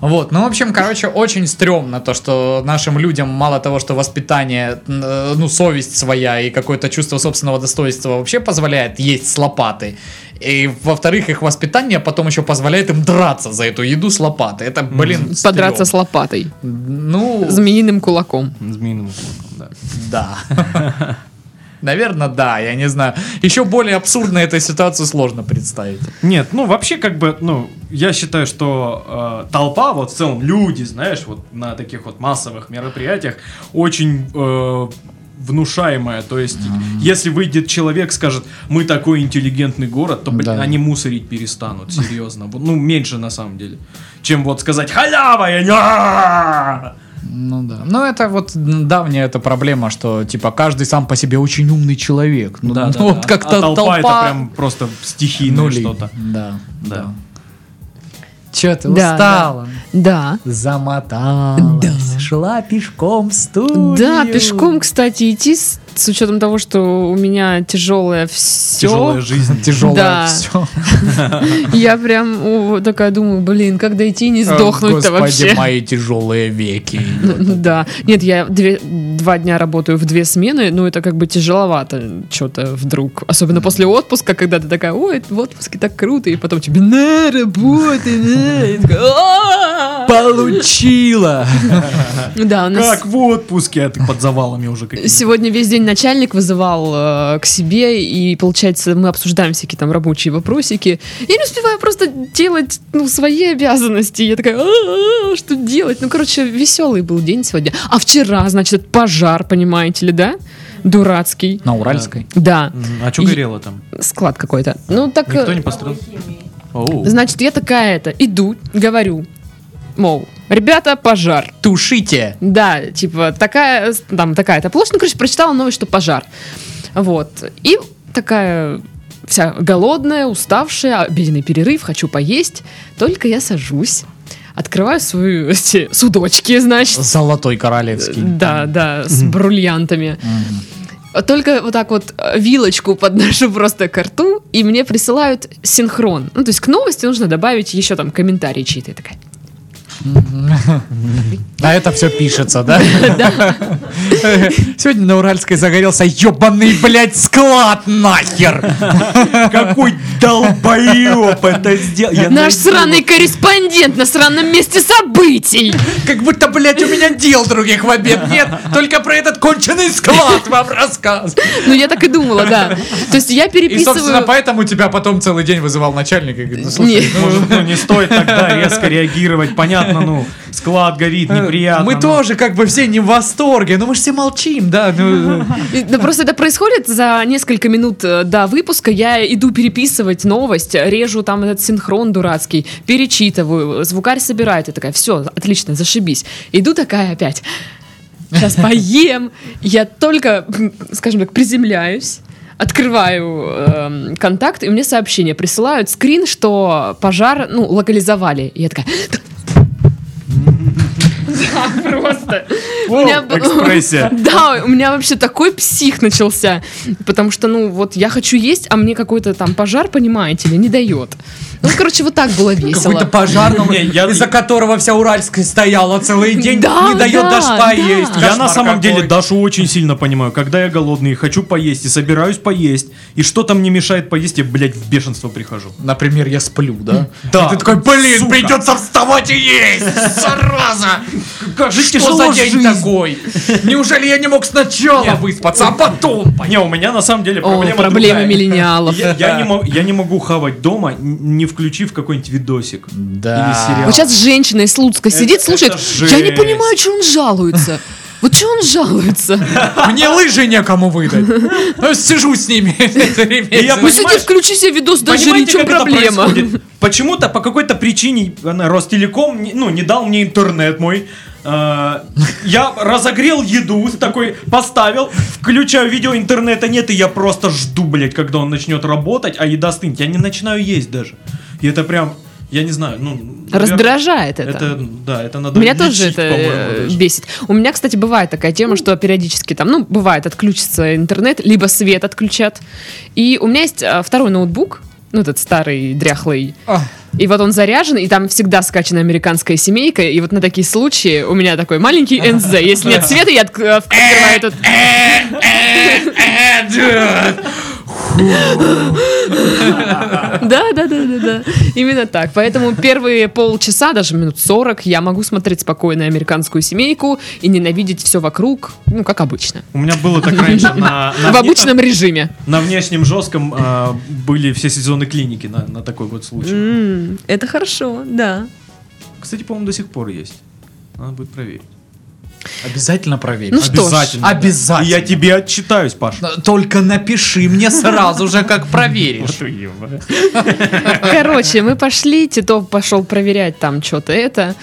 [SPEAKER 1] Вот, ну, в общем, короче, очень стрёмно то, что нашим людям мало того, что воспитание, э, ну, совесть своя и какое-то чувство собственного достоинства вообще позволяет есть с лопаты. И, во-вторых, их воспитание потом еще позволяет им драться за эту еду с лопаты. Это, блин,
[SPEAKER 2] Подраться с
[SPEAKER 1] стрёмно.
[SPEAKER 2] лопатой.
[SPEAKER 1] Ну,
[SPEAKER 2] Змеиным кулаком.
[SPEAKER 3] Змеиным кулаком, да.
[SPEAKER 1] Да. Наверное, да, я не знаю. Еще более абсурдно эту ситуацию сложно представить.
[SPEAKER 3] Нет, ну вообще как бы, ну, я считаю, что э, толпа, вот в целом люди, знаешь, вот на таких вот массовых мероприятиях очень э, внушаемая. То есть, если выйдет человек, скажет, мы такой интеллигентный город, то, блин,
[SPEAKER 1] Да.
[SPEAKER 3] они мусорить перестанут, серьезно. Вот, Ну, меньше на самом деле. Чем вот сказать халява, я не- а!»
[SPEAKER 1] Ну да. Ну это вот давняя эта проблема, что типа каждый сам по себе очень умный человек. Ну,
[SPEAKER 3] Да,
[SPEAKER 1] ну,
[SPEAKER 3] да,
[SPEAKER 1] вот
[SPEAKER 3] да.
[SPEAKER 1] как-то
[SPEAKER 3] А толпа,
[SPEAKER 1] толпа,
[SPEAKER 3] это прям просто стихийное
[SPEAKER 1] нули.
[SPEAKER 3] что-то.
[SPEAKER 1] Да,
[SPEAKER 3] Да.
[SPEAKER 1] да. Че ты
[SPEAKER 2] Да,
[SPEAKER 1] устала?
[SPEAKER 2] Да.
[SPEAKER 1] Замоталась. Шла пешком в студию.
[SPEAKER 2] Да, пешком, кстати, идти с, с учетом того, что у меня тяжелое все.
[SPEAKER 3] Тяжелая жизнь.
[SPEAKER 1] Тяжелое
[SPEAKER 2] Да.
[SPEAKER 1] все.
[SPEAKER 2] Я прям о, такая думаю, блин, как дойти и не сдохнуть-то вообще.
[SPEAKER 1] мои тяжелые веки.
[SPEAKER 2] ну Да. Нет, я две- два дня работаю в две смены, но это как бы тяжеловато что-то вдруг. Особенно после отпуска, когда ты такая, ой, в отпуске так круто, и потом тебе на работе, на». И такая, «А-а-а».
[SPEAKER 1] Получила!
[SPEAKER 2] Да, у нас
[SPEAKER 3] Как в отпуске, а ты под завалами уже какие-то.
[SPEAKER 2] Сегодня весь день начальник вызывал э, к себе, и получается, мы обсуждаем всякие там рабочие вопросики. Я не успеваю просто делать ну, свои обязанности. Я такая, «А-а-а, что делать? Ну, короче, веселый был день сегодня. А вчера, значит, пожар, понимаете ли, да? Дурацкий.
[SPEAKER 3] Ну.
[SPEAKER 1] На Уральской.
[SPEAKER 2] Да,
[SPEAKER 3] Мгм. А что
[SPEAKER 2] И-
[SPEAKER 3] горело там?
[SPEAKER 2] склад какой-то. Ну, так...
[SPEAKER 3] Никто
[SPEAKER 2] э,
[SPEAKER 3] не пострадал?
[SPEAKER 4] Химии.
[SPEAKER 3] Оу.
[SPEAKER 2] Значит, я такая это, иду, говорю, мол, ребята, пожар.
[SPEAKER 1] Тушите!
[SPEAKER 2] Да, типа такая, там такая-то площадь, ну, короче, прочитала новость, что пожар. Вот. И такая вся голодная, уставшая, обеденный перерыв, хочу поесть. Только я сажусь, открываю свою эти судочки, значит.
[SPEAKER 1] Золотой королевский.
[SPEAKER 2] Да, да, с бриллиантами.
[SPEAKER 1] Мгм.
[SPEAKER 2] Только вот так вот э, вилочку подношу просто к рту, и мне присылают синхрон. Ну, то есть к новости нужно добавить еще там комментарий чьи-то. Я такая,
[SPEAKER 1] А это все пишется, да? Сегодня на Уральской загорелся ебаный, блядь, склад нахер.
[SPEAKER 3] Какой долбоеб это сделал. Я
[SPEAKER 2] наш
[SPEAKER 3] найду его.
[SPEAKER 2] сраный корреспондент на сраном месте событий!
[SPEAKER 1] Как будто, блядь, у меня дел других в обед нет. Только про этот конченый склад вам рассказ.
[SPEAKER 2] Ну, я так и думала, да. То есть
[SPEAKER 1] И,
[SPEAKER 2] я
[SPEAKER 1] собственно,
[SPEAKER 2] переписываю...
[SPEAKER 1] поэтому тебя потом целый день вызывал начальник и говорит, ну,
[SPEAKER 2] Не.
[SPEAKER 1] слушай, ну,
[SPEAKER 3] Может, ну, не стоит тогда резко реагировать. Понятно, ну, склад горит, неприятно.
[SPEAKER 1] мы
[SPEAKER 3] ну.
[SPEAKER 1] тоже как бы все не в восторге, но мы же все молчим, да. ну,
[SPEAKER 2] И- Да просто это происходит за несколько минут э, до выпуска. Я иду переписывать новость, режу там этот синхрон дурацкий, перечитываю, звукарь собирает. Я такая, все, отлично, зашибись. Иду такая опять. Сейчас поем. Я только, м, скажем так, приземляюсь. Открываю эм, контакт, и мне сообщение присылают скрин, что пожар, ну, локализовали. И я такая... Да, просто.
[SPEAKER 3] О,
[SPEAKER 2] У меня б-
[SPEAKER 3] экспрессия.
[SPEAKER 2] Да, у меня вообще такой псих начался. Потому что, ну, вот я хочу есть, а мне какой-то там пожар, понимаете ли, не дает. Ну, короче, вот так было весело.
[SPEAKER 1] Какой-то пожар, на-
[SPEAKER 3] Не, я-
[SPEAKER 1] из-за которого вся Уральская стояла целый день,
[SPEAKER 2] Да,
[SPEAKER 1] не дает
[SPEAKER 2] да,
[SPEAKER 1] даже
[SPEAKER 2] да.
[SPEAKER 1] поесть.
[SPEAKER 3] Я
[SPEAKER 1] Кошмар
[SPEAKER 3] на самом
[SPEAKER 1] какой.
[SPEAKER 3] деле Дашу очень сильно понимаю. Когда я голодный и хочу поесть, и собираюсь поесть, и что-то мне мешает поесть, я, блядь, в бешенство прихожу.
[SPEAKER 1] Например, я сплю, да?
[SPEAKER 3] Да.
[SPEAKER 1] И ты такой, блин,
[SPEAKER 3] Сука.
[SPEAKER 1] придется вставать и есть, зараза! Как же
[SPEAKER 3] тяжело
[SPEAKER 1] Что за день
[SPEAKER 3] жизнь.
[SPEAKER 1] такой? Неужели я не мог сначала
[SPEAKER 3] Нет.
[SPEAKER 1] выспаться, а потом?
[SPEAKER 3] Не, у меня на самом деле
[SPEAKER 2] О,
[SPEAKER 3] проблема
[SPEAKER 2] проблемы
[SPEAKER 3] другая.
[SPEAKER 2] миллениалов.
[SPEAKER 3] Я, я не мо- я не могу хавать дома, н- не включив какой-нибудь видосик.
[SPEAKER 1] Да.
[SPEAKER 3] Или сериал.
[SPEAKER 2] Вот сейчас женщина из Луцка сидит,
[SPEAKER 3] это
[SPEAKER 2] слушает. Я не
[SPEAKER 3] жесть.
[SPEAKER 2] понимаю, что он жалуется. Вот что он жалуется?
[SPEAKER 1] Мне лыжи некому выдать. Ну, сижу с ними три
[SPEAKER 3] я
[SPEAKER 1] месяца.
[SPEAKER 2] Ну
[SPEAKER 3] пос-
[SPEAKER 2] сиди,
[SPEAKER 3] Понимаешь?
[SPEAKER 2] включи себе видос, даже в
[SPEAKER 3] Понимаете,
[SPEAKER 2] чем
[SPEAKER 3] как это
[SPEAKER 2] проблема?
[SPEAKER 3] происходит? Почему-то по какой-то причине она, Ростелеком не- ну, не дал мне интернет мой. Э, Я разогрел еду, такой поставил, включаю видео, интернета нет, и я просто жду, блядь, когда он начнет работать, а еда стынет. Я не начинаю есть даже. И это прям, я не знаю, ну... наверное,
[SPEAKER 2] Раздражает это.
[SPEAKER 3] Это, да, это надо
[SPEAKER 2] Меня
[SPEAKER 3] лечить,
[SPEAKER 2] тоже это
[SPEAKER 3] по-моему,
[SPEAKER 2] э,
[SPEAKER 3] даже.
[SPEAKER 2] бесит. У меня, кстати, бывает такая тема, что периодически там, ну, бывает, отключится интернет, либо свет отключат. И у меня есть а, второй ноутбук, ну, этот старый, дряхлый.
[SPEAKER 1] А.
[SPEAKER 2] И вот он заряжен, и там всегда скачана американская семейка. И вот на такие случаи у меня такой маленький НЗ. Если нет света, я отк- э, открываю этот... Да, да, да, да, да. Именно так. Поэтому первые полчаса, даже минут 40, я могу смотреть спокойно американскую семейку и ненавидеть все вокруг, ну, как обычно.
[SPEAKER 3] У меня было так раньше на, на
[SPEAKER 2] В
[SPEAKER 3] вне-
[SPEAKER 2] обычном режиме.
[SPEAKER 3] на внешнем жестком э, были все сезоны клиники на, на такой вот случай.
[SPEAKER 2] Это хорошо, да.
[SPEAKER 3] Кстати, по-моему, до сих пор есть. Надо будет проверить.
[SPEAKER 1] Обязательно проверь.
[SPEAKER 2] Ну что ж.
[SPEAKER 3] Обязательно.
[SPEAKER 1] Обязательно.
[SPEAKER 3] И я тебе отчитаюсь, Паш.
[SPEAKER 1] Только напиши мне сразу же, как проверишь.
[SPEAKER 2] Короче, мы пошли, Титов пошел проверять там что-то это.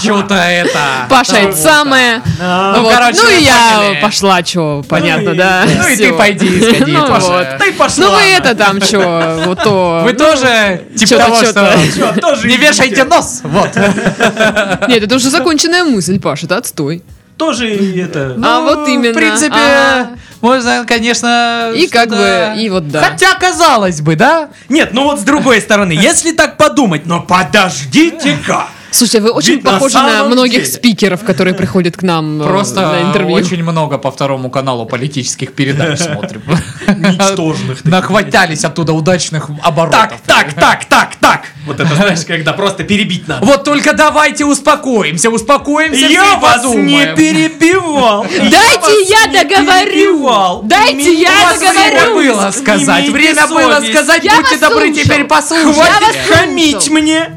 [SPEAKER 1] Что-то это.
[SPEAKER 2] Паша, это самое.
[SPEAKER 1] Ну,
[SPEAKER 2] Вот.
[SPEAKER 1] короче,
[SPEAKER 2] Ну
[SPEAKER 1] вы
[SPEAKER 2] и я
[SPEAKER 1] поняли.
[SPEAKER 2] пошла, что, понятно,
[SPEAKER 3] и-
[SPEAKER 2] да.
[SPEAKER 1] Ну и ты
[SPEAKER 2] Всё.
[SPEAKER 1] пойди, сходи,
[SPEAKER 2] Ну
[SPEAKER 1] Паша.
[SPEAKER 2] вот.
[SPEAKER 1] Ты пошла.
[SPEAKER 2] Ну вы это там что, вот то.
[SPEAKER 1] Вы тоже типа
[SPEAKER 2] чё-то,
[SPEAKER 1] того,
[SPEAKER 2] чё-то.
[SPEAKER 1] что...
[SPEAKER 3] тоже
[SPEAKER 1] Не
[SPEAKER 3] идите.
[SPEAKER 1] вешайте нос! Вот.
[SPEAKER 2] Нет, это уже законченная мысль, Паша, это отстой.
[SPEAKER 3] Тоже и это...
[SPEAKER 2] А вот именно.
[SPEAKER 1] Ну, В принципе,
[SPEAKER 2] А.
[SPEAKER 1] можно, конечно...
[SPEAKER 2] И как
[SPEAKER 1] что-то-
[SPEAKER 2] бы, и вот да.
[SPEAKER 1] Хотя, казалось бы, да?
[SPEAKER 3] Нет, ну вот с другой стороны, если так подумать, но подождите-ка.
[SPEAKER 2] Слушай, вы очень
[SPEAKER 3] Ведь на
[SPEAKER 2] похожи на
[SPEAKER 3] самом
[SPEAKER 2] многих
[SPEAKER 3] деле.
[SPEAKER 2] спикеров, которые приходят к нам э,
[SPEAKER 1] Просто
[SPEAKER 2] на интервью.
[SPEAKER 1] очень много по второму каналу политических передач смотрим.
[SPEAKER 3] Ничтожных. таких.
[SPEAKER 1] Нахватались оттуда удачных
[SPEAKER 3] А, Так,
[SPEAKER 1] оборотов.
[SPEAKER 3] так, так, так, так. Вот это, знаешь, когда просто перебить надо.
[SPEAKER 1] Вот только давайте успокоимся, успокоимся. все
[SPEAKER 3] Я
[SPEAKER 1] и
[SPEAKER 3] вас не
[SPEAKER 1] подумаем.
[SPEAKER 3] перебивал.
[SPEAKER 2] Дайте я договорю!
[SPEAKER 3] перебивал.
[SPEAKER 2] Дайте я
[SPEAKER 1] вас время
[SPEAKER 2] договорю!
[SPEAKER 1] было сказать.
[SPEAKER 3] Имейте
[SPEAKER 1] Время было
[SPEAKER 3] совесть.
[SPEAKER 1] сказать.
[SPEAKER 2] Я
[SPEAKER 1] Будьте
[SPEAKER 2] вас
[SPEAKER 1] добры,
[SPEAKER 2] слушал.
[SPEAKER 1] теперь послушайте.
[SPEAKER 2] Я вас
[SPEAKER 3] Хамить
[SPEAKER 2] слушал.
[SPEAKER 3] мне.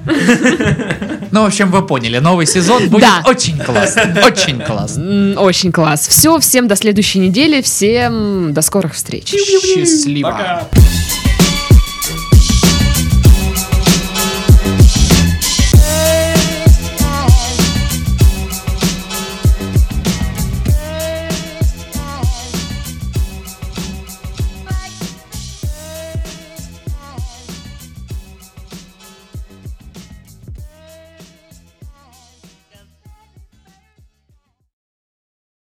[SPEAKER 1] Ну, в общем, вы поняли. Новый сезон будет
[SPEAKER 2] Да.
[SPEAKER 1] очень классный. Очень классный.
[SPEAKER 2] М, Очень класс. Все, всем до следующей недели, всем до скорых встреч.
[SPEAKER 1] Счастливо.
[SPEAKER 3] Пока.